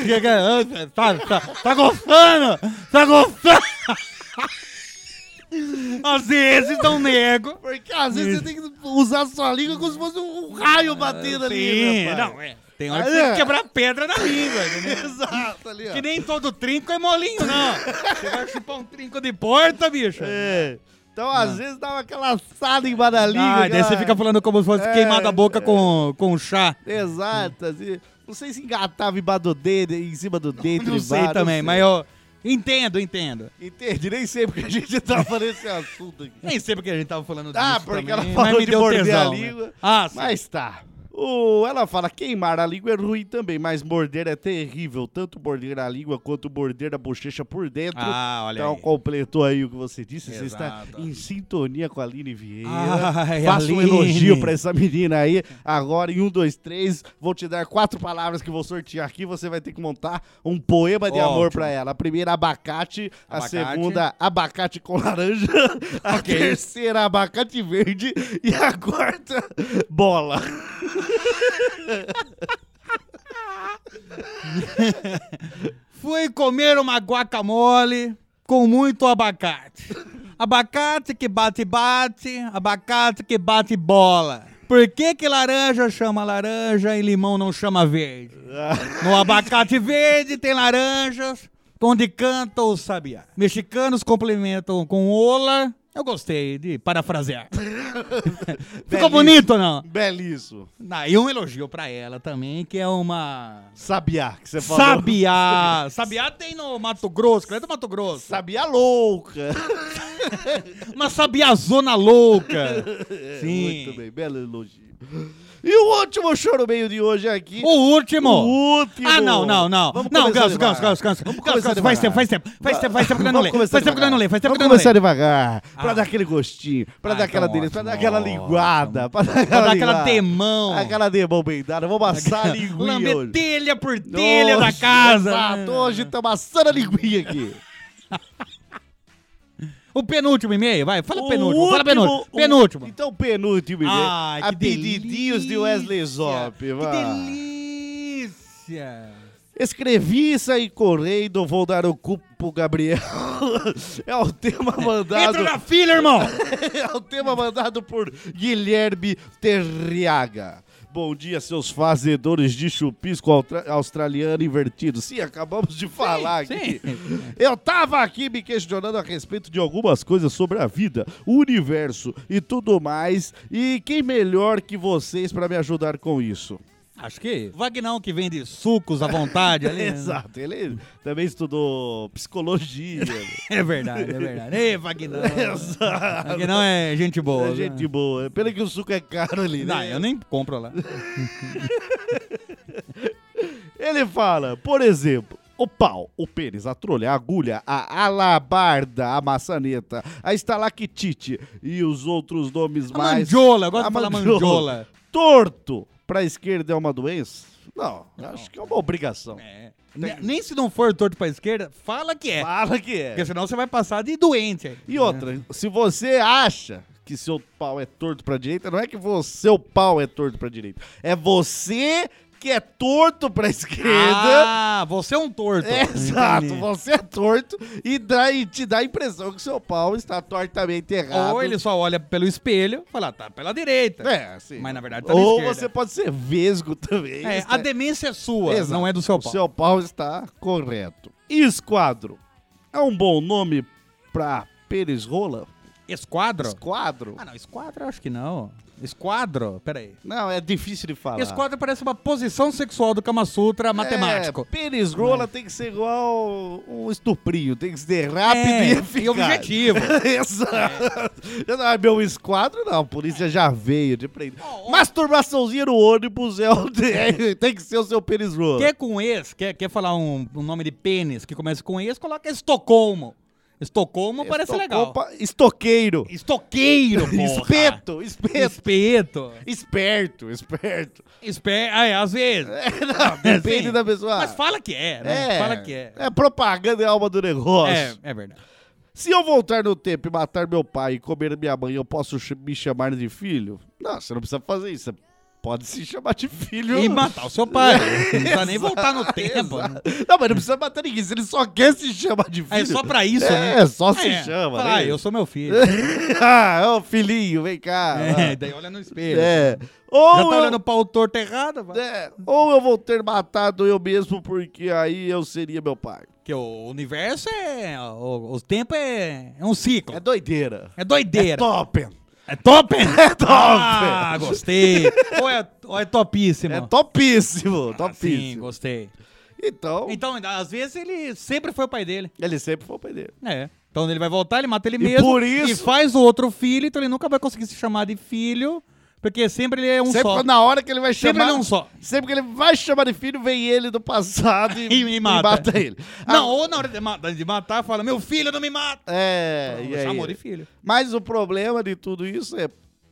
Speaker 3: Chega, ah, tá, tá, tá gostando? Tá gostando? Às vezes não nego.
Speaker 2: Porque às vezes você tem que usar a sua língua como se fosse um raio batendo ali,
Speaker 3: Ah, Sim,
Speaker 2: né,
Speaker 3: não,
Speaker 2: pai?
Speaker 3: é. Tem hora que tem
Speaker 2: Ah, é.
Speaker 3: que quebrar pedra na língua. entendeu?
Speaker 2: Exato, ali, ó.
Speaker 3: Que nem todo trinco é molinho, não. Você vai chupar um trinco de porta, bicho.
Speaker 2: É. Então, às vezes, dava aquela assada embaixo da língua.
Speaker 3: Ah, daí
Speaker 2: aquela-
Speaker 3: você fica falando como se fosse
Speaker 2: É,
Speaker 3: queimado a boca com, com chá.
Speaker 2: Exato, assim. Não sei se engatava embaixo do dedo, em cima do dedo.
Speaker 3: Não sei
Speaker 2: embaixo,
Speaker 3: também,
Speaker 2: não
Speaker 3: mas eu entendo, entendo.
Speaker 2: Entendi, nem sei porque a gente tá falando esse assunto aqui.
Speaker 3: Nem sei porque a gente tava falando disso
Speaker 2: Ah, porque
Speaker 3: também,
Speaker 2: ela
Speaker 3: mas
Speaker 2: falou
Speaker 3: me
Speaker 2: de
Speaker 3: deu
Speaker 2: morder
Speaker 3: tesão,
Speaker 2: a
Speaker 3: né?
Speaker 2: língua.
Speaker 3: Ah, sim.
Speaker 2: Mas tá. O, ela fala, queimar a língua é ruim também, mas morder é terrível. Tanto morder a língua quanto morder a bochecha por dentro.
Speaker 3: Ah, olha
Speaker 2: então
Speaker 3: aí.
Speaker 2: completou aí o que você disse. Você está
Speaker 3: Exato.
Speaker 2: em sintonia com a Aline Vieira.
Speaker 3: Ai,
Speaker 2: Faça um
Speaker 3: Aline.
Speaker 2: elogio pra essa menina aí. Agora, em um, dois, três, vou te dar quatro palavras que vou sortear aqui. Você vai ter que montar um poema de amor
Speaker 3: Ótimo.
Speaker 2: pra ela. A primeira, abacate. A
Speaker 3: Abacate.
Speaker 2: segunda, abacate com laranja. A
Speaker 3: Ok.
Speaker 2: terceira, abacate verde. E a quarta, bola.
Speaker 3: Fui comer uma guacamole com muito abacate. Abacate que bate bate, abacate que bate bola. Por que que laranja chama laranja e limão não chama verde? No abacate verde tem laranjas, onde canta o sabiá. Mexicanos complementam com ola. Eu gostei de parafrasear.
Speaker 2: Belíssimo.
Speaker 3: Ficou bonito ou não?
Speaker 2: Belíssimo.
Speaker 3: Ah, e um elogio pra ela também, que é uma.
Speaker 2: Sabiá, que você falou.
Speaker 3: Sabiá! Sabiá tem no Mato Grosso, que é do Mato Grosso.
Speaker 2: Sabiá louca.
Speaker 3: Uma sabiazona louca! Sim.
Speaker 2: Muito bem, belo elogio. E o último choro meio de hoje aqui.
Speaker 3: O último!
Speaker 2: O último.
Speaker 3: Ah, não, não, não.
Speaker 2: Vamos
Speaker 3: não,
Speaker 2: começar
Speaker 3: Ganso,
Speaker 2: devagar.
Speaker 3: Ganso, Ganso, Ganso.
Speaker 2: Vamos
Speaker 3: Ganso,
Speaker 2: começar
Speaker 3: Ganso, faz
Speaker 2: devagar.
Speaker 3: tempo, faz tempo. Faz tempo, faz tempo que eu não
Speaker 2: Vamos
Speaker 3: leio. Faz
Speaker 2: começar
Speaker 3: tempo que eu não leio, faz tempo que eu
Speaker 2: Vamos
Speaker 3: não leio.
Speaker 2: começar devagar, pra
Speaker 3: Ah.
Speaker 2: dar aquele gostinho, pra
Speaker 3: Ah,
Speaker 2: dar aquela
Speaker 3: então
Speaker 2: delícia, pra dar
Speaker 3: ótimo,
Speaker 2: aquela linguada, pra dar aquela
Speaker 3: Pra dar aquela
Speaker 2: linguada.
Speaker 3: demão.
Speaker 2: Aquela demão beidada, vamos assar a linguinha
Speaker 3: Lamber
Speaker 2: hoje.
Speaker 3: telha por telha da
Speaker 2: Hoje,
Speaker 3: casa.
Speaker 2: Exato, hoje estamos assando a linguinha aqui.
Speaker 3: O penúltimo e-mail, vai. Fala o
Speaker 2: O
Speaker 3: penúltimo, fala
Speaker 2: último-
Speaker 3: penúltimo.
Speaker 2: o-
Speaker 3: Penúltimo.
Speaker 2: Então, penúltimo. né?
Speaker 3: Ai, que
Speaker 2: Apelidinhos de Wesley
Speaker 3: delícia.
Speaker 2: Zop.
Speaker 3: Que
Speaker 2: vá.
Speaker 3: delícia.
Speaker 2: Escrevi, saí correndo, vou dar o cu pro Gabriel. é o tema mandado.
Speaker 3: Entra na fila, irmão.
Speaker 2: é o tema mandado por Guilherme Terriaga. Bom dia, seus fazedores de chupisco austra- australiano invertido. Sim, acabamos de falar aqui. Eu tava aqui me questionando a respeito de algumas coisas sobre a vida, o universo e tudo mais. E quem melhor que vocês pra me ajudar com é isso?
Speaker 3: Acho que Vagnão que vende sucos à vontade ali. né?
Speaker 2: Exato, ele também estudou psicologia. né?
Speaker 3: É verdade, é verdade. Ei, Vagnão.
Speaker 2: Exato.
Speaker 3: Vagnão é gente boa.
Speaker 2: É gente boa. Pena que o suco é caro ali,
Speaker 3: né?
Speaker 2: né?
Speaker 3: Não, eu nem compro lá.
Speaker 2: Ele fala, por exemplo, o pau, o pênis, a trolha, a agulha, a alabarda, a maçaneta, a estalactite e os outros nomes
Speaker 3: A
Speaker 2: mais...
Speaker 3: mandiola, eu gosto de falar mandiola.
Speaker 2: Torto pra esquerda é uma doença? Não, acho que é uma obrigação.
Speaker 3: É. Ne- Nem se não for torto pra esquerda, fala que é.
Speaker 2: Fala que é.
Speaker 3: Porque senão você vai passar de doente. aí.
Speaker 2: E outra, se você acha que seu pau é torto pra direita, não é que você, seu pau é torto pra direita. É você que é torto pra esquerda.
Speaker 3: Ah, você é um torto.
Speaker 2: Exato,
Speaker 3: Entendi.
Speaker 2: você é torto e, dá, e te dá a impressão que seu pau está tortamente errado.
Speaker 3: Ou ele só olha pelo espelho e fala, tá pela direita.
Speaker 2: É, assim.
Speaker 3: Mas na verdade tá na
Speaker 2: Ou
Speaker 3: esquerda.
Speaker 2: você pode ser vesgo também.
Speaker 3: É,
Speaker 2: Está-
Speaker 3: a demência é sua,
Speaker 2: Exato.
Speaker 3: não é do seu pau.
Speaker 2: O seu pau está correto. Esquadro. É um bom nome pra pênis rola?
Speaker 3: Esquadro?
Speaker 2: Esquadro?
Speaker 3: Ah, não, esquadro eu acho que não. Esquadro? Peraí.
Speaker 2: Não, é difícil de falar.
Speaker 3: Esquadro parece uma posição sexual do Kama Sutra matemático.
Speaker 2: É, perisgola tem que ser igual um estuprinho, tem que ser rápido
Speaker 3: É,
Speaker 2: e
Speaker 3: e
Speaker 2: eficaz.
Speaker 3: objetivo.
Speaker 2: Exato. Ah, Meu esquadro, não, a polícia já veio de prender.
Speaker 3: Ó, ó.
Speaker 2: Masturbaçãozinha no ônibus é o... é, tem que ser o seu perisgola.
Speaker 3: Quer com ex? Quer, quer falar um, um nome de pênis que começa com ex? Coloca Estocolmo. Estocolmo parece legal.
Speaker 2: Estocopa- Estoqueiro.
Speaker 3: Estoqueiro, porra.
Speaker 2: Espeto, espeto.
Speaker 3: Espeto.
Speaker 2: Esperto, esperto.
Speaker 3: Espe... Ah, é, às vezes.
Speaker 2: Não, depende
Speaker 3: Sim.
Speaker 2: da pessoa.
Speaker 3: Mas fala que é, né?
Speaker 2: É,
Speaker 3: Fala que é.
Speaker 2: é propaganda é a alma do negócio.
Speaker 3: É, é verdade.
Speaker 2: Se eu voltar no tempo e matar meu pai e comer minha mãe, eu posso ch- me chamar de filho? Não, você não precisa fazer isso. Você pode se chamar de filho.
Speaker 3: E matar o seu pai. Não precisa nem voltar no tempo. né?
Speaker 2: Não, mas não precisa matar ninguém. Se ele só quer se chamar de filho.
Speaker 3: É só pra isso,
Speaker 2: É,
Speaker 3: né?
Speaker 2: só se
Speaker 3: É.
Speaker 2: chama.
Speaker 3: Fala, Ah,
Speaker 2: né?
Speaker 3: eu sou meu filho.
Speaker 2: ah, ô filhinho, vem cá.
Speaker 3: É, daí olha no espelho.
Speaker 2: É. Ou
Speaker 3: Já tá
Speaker 2: eu-
Speaker 3: olhando pra o torto errado, vai.
Speaker 2: É, ou eu vou ter matado eu mesmo, porque aí eu seria meu pai.
Speaker 3: Porque o universo é. O, o tempo é, é um ciclo.
Speaker 2: É doideira.
Speaker 3: É doideira.
Speaker 2: É top.
Speaker 3: É top?
Speaker 2: É top.
Speaker 3: Ah, gostei. ou, é, ou é topíssimo?
Speaker 2: É topíssimo,
Speaker 3: Ah, Sim,
Speaker 2: topíssimo.
Speaker 3: gostei.
Speaker 2: então,
Speaker 3: Então, às vezes ele sempre foi o pai dele.
Speaker 2: ele sempre foi o pai dele.
Speaker 3: É. Então ele vai voltar, ele mata ele mesmo.
Speaker 2: por isso-
Speaker 3: E faz o outro filho, então ele nunca vai conseguir se chamar de filho, porque sempre ele é um
Speaker 2: sempre
Speaker 3: só.
Speaker 2: quando- na hora que ele vai
Speaker 3: Sempre
Speaker 2: chamar.
Speaker 3: ele é um só.
Speaker 2: Sempre que ele vai chamar de filho, vem ele do passado e,
Speaker 3: E me mata.
Speaker 2: ele.
Speaker 3: Não,
Speaker 2: Ah,
Speaker 3: ou na hora de, ma- de matar, fala: Meu filho não me mata.
Speaker 2: é, e aí?
Speaker 3: Chamou de filho.
Speaker 2: Mas o problema de tudo isso é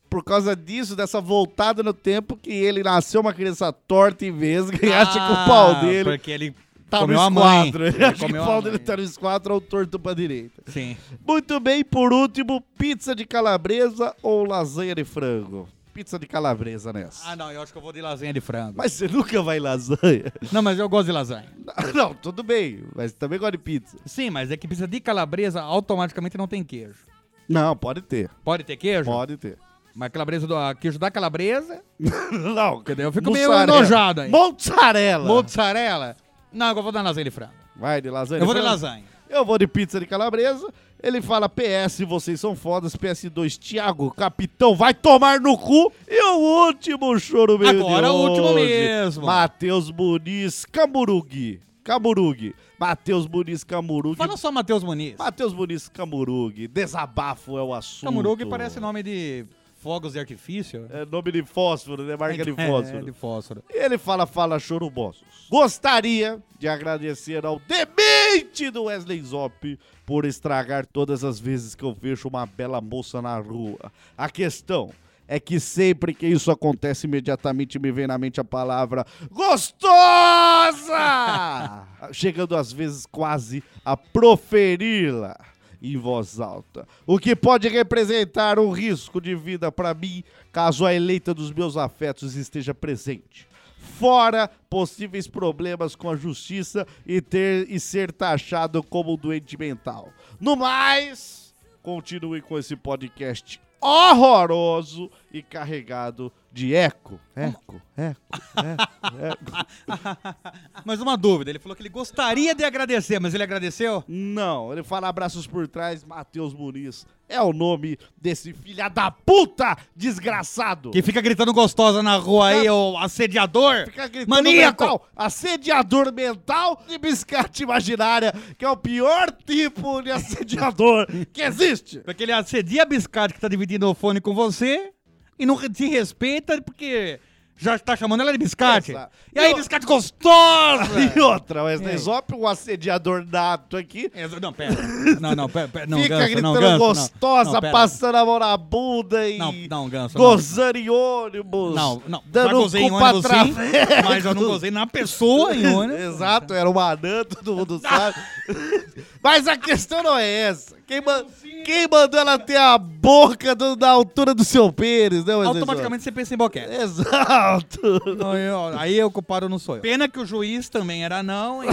Speaker 2: por causa disso, dessa voltada no tempo que ele nasceu uma criança torta e vesga e acha que o pau
Speaker 3: Ah,
Speaker 2: dele
Speaker 3: Porque ele
Speaker 2: tá
Speaker 3: comeu a
Speaker 2: no
Speaker 3: mãe.
Speaker 2: esquadro. Ele
Speaker 3: Ele
Speaker 2: acha que
Speaker 3: comeu
Speaker 2: o
Speaker 3: a
Speaker 2: pau
Speaker 3: mãe.
Speaker 2: dele tá no esquadro ou torto pra direita.
Speaker 3: Sim.
Speaker 2: Muito bem, por último, pizza de calabresa ou lasanha de frango? Pizza de calabresa nessa.
Speaker 3: Ah, não, eu acho que eu vou de lasanha de frango.
Speaker 2: Mas você nunca vai em lasanha?
Speaker 3: Não, mas eu gosto de lasanha.
Speaker 2: Não, tudo bem, mas também gosta de pizza.
Speaker 3: Sim, mas é que pizza de calabresa automaticamente não tem queijo.
Speaker 2: Não, pode ter.
Speaker 3: Pode ter queijo?
Speaker 2: Pode ter.
Speaker 3: Mas calabresa do, a queijo da calabresa,
Speaker 2: Não,
Speaker 3: daí eu fico meio enojado aí.
Speaker 2: Mozzarella.
Speaker 3: mozzarela. Não, agora eu vou dar lasanha de frango.
Speaker 2: Vai de lasanha.
Speaker 3: Eu vou de
Speaker 2: frango?
Speaker 3: lasanha.
Speaker 2: Eu vou de pizza de calabresa. Ele fala PS, vocês são fodas. PS2, Thiago, capitão, vai tomar no cu. E o último choro meu
Speaker 3: Agora
Speaker 2: de
Speaker 3: o último
Speaker 2: hoje,
Speaker 3: mesmo.
Speaker 2: Matheus Muniz Camurugui. Camurugui. Matheus Muniz Camurugui.
Speaker 3: Fala só Matheus Muniz.
Speaker 2: Matheus Muniz Camurugui. Desabafo é o assunto.
Speaker 3: Camurugue parece nome de fogos de artifício.
Speaker 2: É nome de fósforo, né? Marca de
Speaker 3: É, de
Speaker 2: fósforo.
Speaker 3: fósforo.
Speaker 2: Ele fala, fala, chorubossos. Gostaria de agradecer ao demente do Wesley Zop por estragar todas as vezes que eu vejo uma bela moça na rua. A questão é que sempre que isso acontece, imediatamente me vem na mente a palavra gostosa! Chegando às vezes quase a proferi-la em voz alta, o que pode representar um risco de vida para mim caso a eleita dos meus afetos esteja presente. Fora possíveis problemas com a justiça e ter e ser taxado como um doente mental. No mais, continue com esse podcast horroroso e carregado de eco. Eco, eco, eco, eco.
Speaker 3: Mas uma dúvida, ele falou que ele gostaria de agradecer, mas ele agradeceu?
Speaker 2: Não, ele fala abraços por trás, Matheus Muniz. É o nome desse filha da puta desgraçado.
Speaker 3: Que fica gritando gostosa na rua aí, o assediador?
Speaker 2: Fica gritando
Speaker 3: Maníaco!
Speaker 2: mental, assediador mental de biscate imaginária, que é o pior tipo de assediador que existe.
Speaker 3: Porque ele assedia a biscate que tá dividindo o fone com você e não re- te respeita porque já tá chamando ela de biscate.
Speaker 2: Exato.
Speaker 3: E aí,
Speaker 2: E o-
Speaker 3: biscate gostosa!
Speaker 2: E outra, Wesley
Speaker 3: É.
Speaker 2: Zop, um assediador nato aqui,
Speaker 3: É, não, pera. Não, não, pera. pera não,
Speaker 2: fica
Speaker 3: ganso,
Speaker 2: gritando
Speaker 3: não, ganso, não.
Speaker 2: gostosa,
Speaker 3: Não, pera.
Speaker 2: passando a mão na bunda e
Speaker 3: Não, não, ganso, não.
Speaker 2: gozando em ônibus,
Speaker 3: Não, não. já
Speaker 2: dando
Speaker 3: gozei em
Speaker 2: culpa
Speaker 3: ônibus sim,
Speaker 2: através.
Speaker 3: mas eu não gozei na pessoa em ônibus.
Speaker 2: Exato, era uma anã, todo mundo sabe. Mas a questão não é essa. Quem, ma- quem mandou ela ter a boca do- da altura do seu pênis, né, Wesley Zop?
Speaker 3: Automaticamente você pensa em boquete.
Speaker 2: Exato.
Speaker 3: Não, eu- aí é o culpado não sou eu. Pena que o juiz também era não e,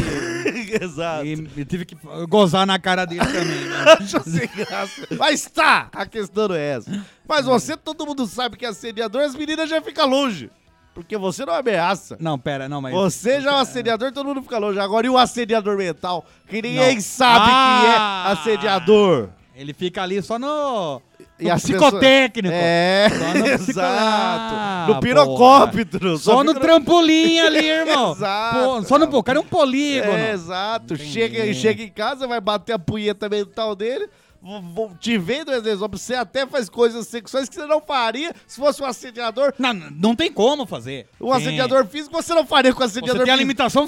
Speaker 2: Exato.
Speaker 3: e eu tive que gozar na cara dele também. né?
Speaker 2: Acho sem graça. Mas tá, a questão não é essa. Mas você, todo mundo sabe que é assediador, as meninas já ficam longe. Porque você não é ameaça.
Speaker 3: Não, pera, não, mas...
Speaker 2: Você já é um assediador, todo mundo fica longe. Agora, e o assediador mental? Que ninguém
Speaker 3: Não.
Speaker 2: sabe
Speaker 3: Ah!
Speaker 2: que é assediador.
Speaker 3: Ele fica ali só no.
Speaker 2: E as pessoas-
Speaker 3: psicotécnico.
Speaker 2: É,
Speaker 3: Só no psico- Ah,
Speaker 2: exato. No pirocóptero.
Speaker 3: Só no
Speaker 2: pirocóptero.
Speaker 3: trampolim ali, irmão.
Speaker 2: Exato.
Speaker 3: Pô, só no... O cara é um polígono.
Speaker 2: É, exato. Chega, chega em casa, vai bater a punheta mental dele. vo- vo- Te vendo, às vezes, você até faz coisas sexuais que você não faria se fosse um assediador.
Speaker 3: Não, não tem como fazer.
Speaker 2: Um
Speaker 3: Tem.
Speaker 2: assediador físico, você não faria com um
Speaker 3: Você
Speaker 2: assediador
Speaker 3: tem a
Speaker 2: físico.
Speaker 3: limitação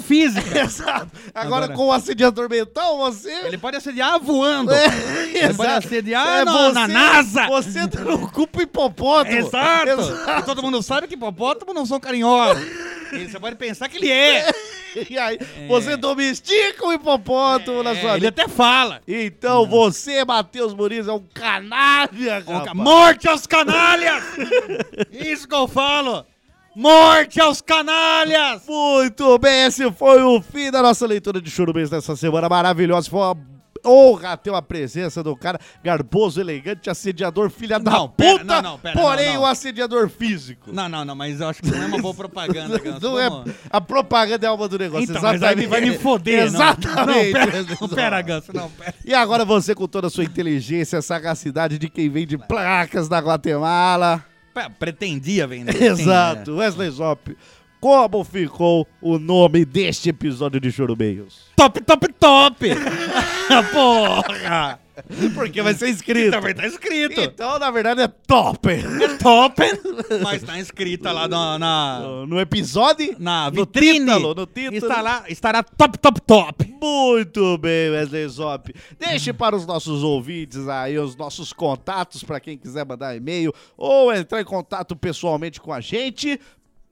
Speaker 3: física.
Speaker 2: Exato. Agora,
Speaker 3: Agora-
Speaker 2: com o assediador mental, você.
Speaker 3: Ele pode assediar voando.
Speaker 2: É,
Speaker 3: pode assediar na- na NASA.
Speaker 2: Você entra no cu pro hipopótamo.
Speaker 3: Exato. E todo mundo sabe que hipopótamo não são carinhosos. E você pode pensar que ele é.
Speaker 2: E aí, você domestica o hipopótamo na sua
Speaker 3: É, Ele
Speaker 2: vida.
Speaker 3: até fala.
Speaker 2: Então, você, Matheus Muniz, é um canalha,
Speaker 3: Coloca,
Speaker 2: rapaz.
Speaker 3: Morte aos canalhas! Isso que eu falo! Morte aos canalhas!
Speaker 2: Muito bem, esse foi o fim da nossa leitura de churubês dessa semana maravilhosa. Foi uma honra ter uma presença do cara garboso, elegante, assediador, filha da
Speaker 3: Não,
Speaker 2: puta,
Speaker 3: pera, não, não, pera,
Speaker 2: porém
Speaker 3: não, não.
Speaker 2: um assediador físico.
Speaker 3: Não, não, não, mas eu acho que não é uma boa propaganda, Ganso.
Speaker 2: Não é,
Speaker 3: Vamos-
Speaker 2: a propaganda é a alma do negócio.
Speaker 3: Então, mas aí vai me foder, não.
Speaker 2: Exatamente.
Speaker 3: Não, pera, não, pera, Ganso, não, pera.
Speaker 2: E agora você com toda a sua inteligência, sagacidade de quem vende placas da Guatemala.
Speaker 3: Pera, Pretendia vender. sim,
Speaker 2: Exato, Wesley Zop. Como ficou o nome deste episódio de Chorumeios?
Speaker 3: né? Top, top, top! Porra!
Speaker 2: Porque vai ser escrito.
Speaker 3: Também tá escrito.
Speaker 2: Então, na verdade, é top.
Speaker 3: É top, mas tá escrita lá na... na...
Speaker 2: No episódio,
Speaker 3: na
Speaker 2: no
Speaker 3: vitrine
Speaker 2: título, no título.
Speaker 3: Está lá, estará top, top, top.
Speaker 2: Muito bem, Wesley Zop. Deixe para os nossos ouvintes aí os nossos contatos para quem quiser mandar e-mail ou entrar em contato pessoalmente com a gente.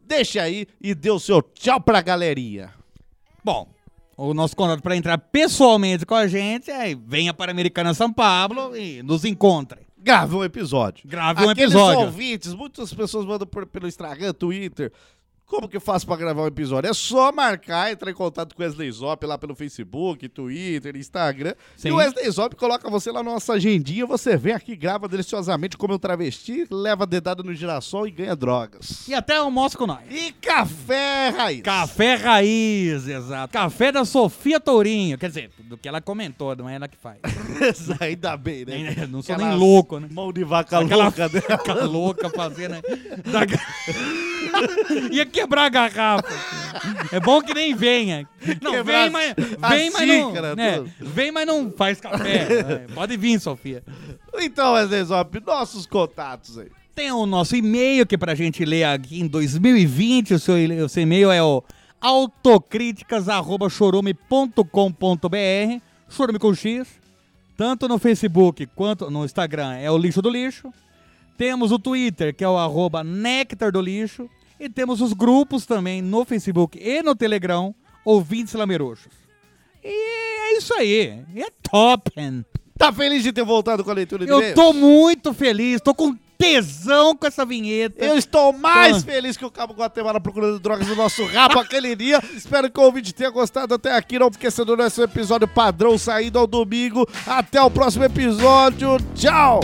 Speaker 2: Deixe aí e dê o seu tchau pra galeria.
Speaker 3: Bom, o nosso contato para entrar pessoalmente com a gente é venha para a Americana São Paulo e nos encontre.
Speaker 2: Grave um episódio.
Speaker 3: Grave um
Speaker 2: Aqueles
Speaker 3: episódio.
Speaker 2: ouvintes, muitas pessoas mandam por- pelo Instagram, Twitter. Como que eu faço pra gravar um episódio? É só marcar, entrar em contato com o Wesley Zop lá pelo Facebook, Twitter, Instagram.
Speaker 3: Sim.
Speaker 2: E o Wesley Zop coloca você lá na nossa agendinha, você vem aqui, grava deliciosamente como um travesti, leva dedada no girassol e ganha drogas.
Speaker 3: E até almoço com nós.
Speaker 2: E café, Raiz!
Speaker 3: Café Raiz, exato. Café da Sofia Tourinho. Quer dizer, do que ela comentou, não é ela que faz.
Speaker 2: Ainda bem, né?
Speaker 3: É, Não sou
Speaker 2: Aquela
Speaker 3: nem louco, né?
Speaker 2: Mão de vaca
Speaker 3: Aquela
Speaker 2: louca né? dela.
Speaker 3: fica louca fazendo. né? Da... ga- Ia quebrar a garrafa. É bom que nem venha. Não,
Speaker 2: Quebrar
Speaker 3: vem, mas.
Speaker 2: a
Speaker 3: Vem, mas não.
Speaker 2: xícara,
Speaker 3: né?
Speaker 2: tudo.
Speaker 3: Vem, mas não faz café. É, Pode vir, Sofia.
Speaker 2: Então, Wesley Zop, nossos contatos aí.
Speaker 3: Tem o nosso e-mail que é pra gente ler aqui em 2020. O seu, e- o seu e-mail é o autocríticas.chorume.com.br Chorume com X. Tanto no Facebook quanto no Instagram é o Lixo do Lixo. Temos o Twitter, que é o arroba Nectar do Lixo. E temos os grupos também no Facebook e no Telegram, ouvintes lameroxos. E é isso aí. É top, hein?
Speaker 2: Tá feliz de ter voltado com a leitura de
Speaker 3: Eu
Speaker 2: e-mails?
Speaker 3: tô muito feliz, tô com tesão com essa vinheta.
Speaker 2: Eu estou mais
Speaker 3: Tô.
Speaker 2: feliz que o Cabo Guatemala procurando drogas no nosso rabo aquele dia. Espero que o ouvinte tenha gostado até aqui. Não esqueça do nosso episódio padrão saindo ao domingo. Até o próximo episódio. Tchau!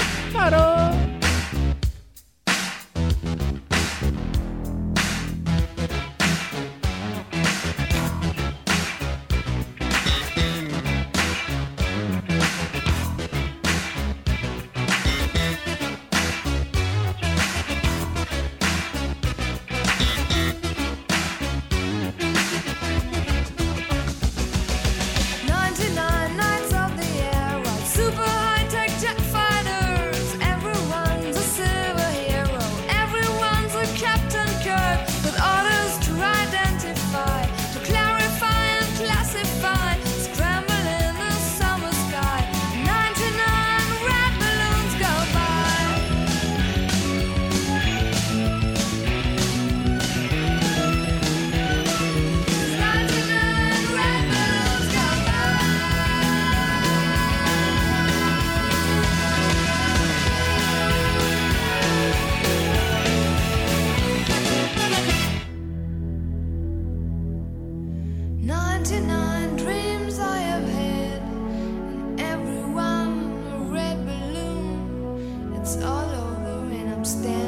Speaker 5: Ninety-nine dreams I have had, and every one a red balloon. It's all over, and I'm standing.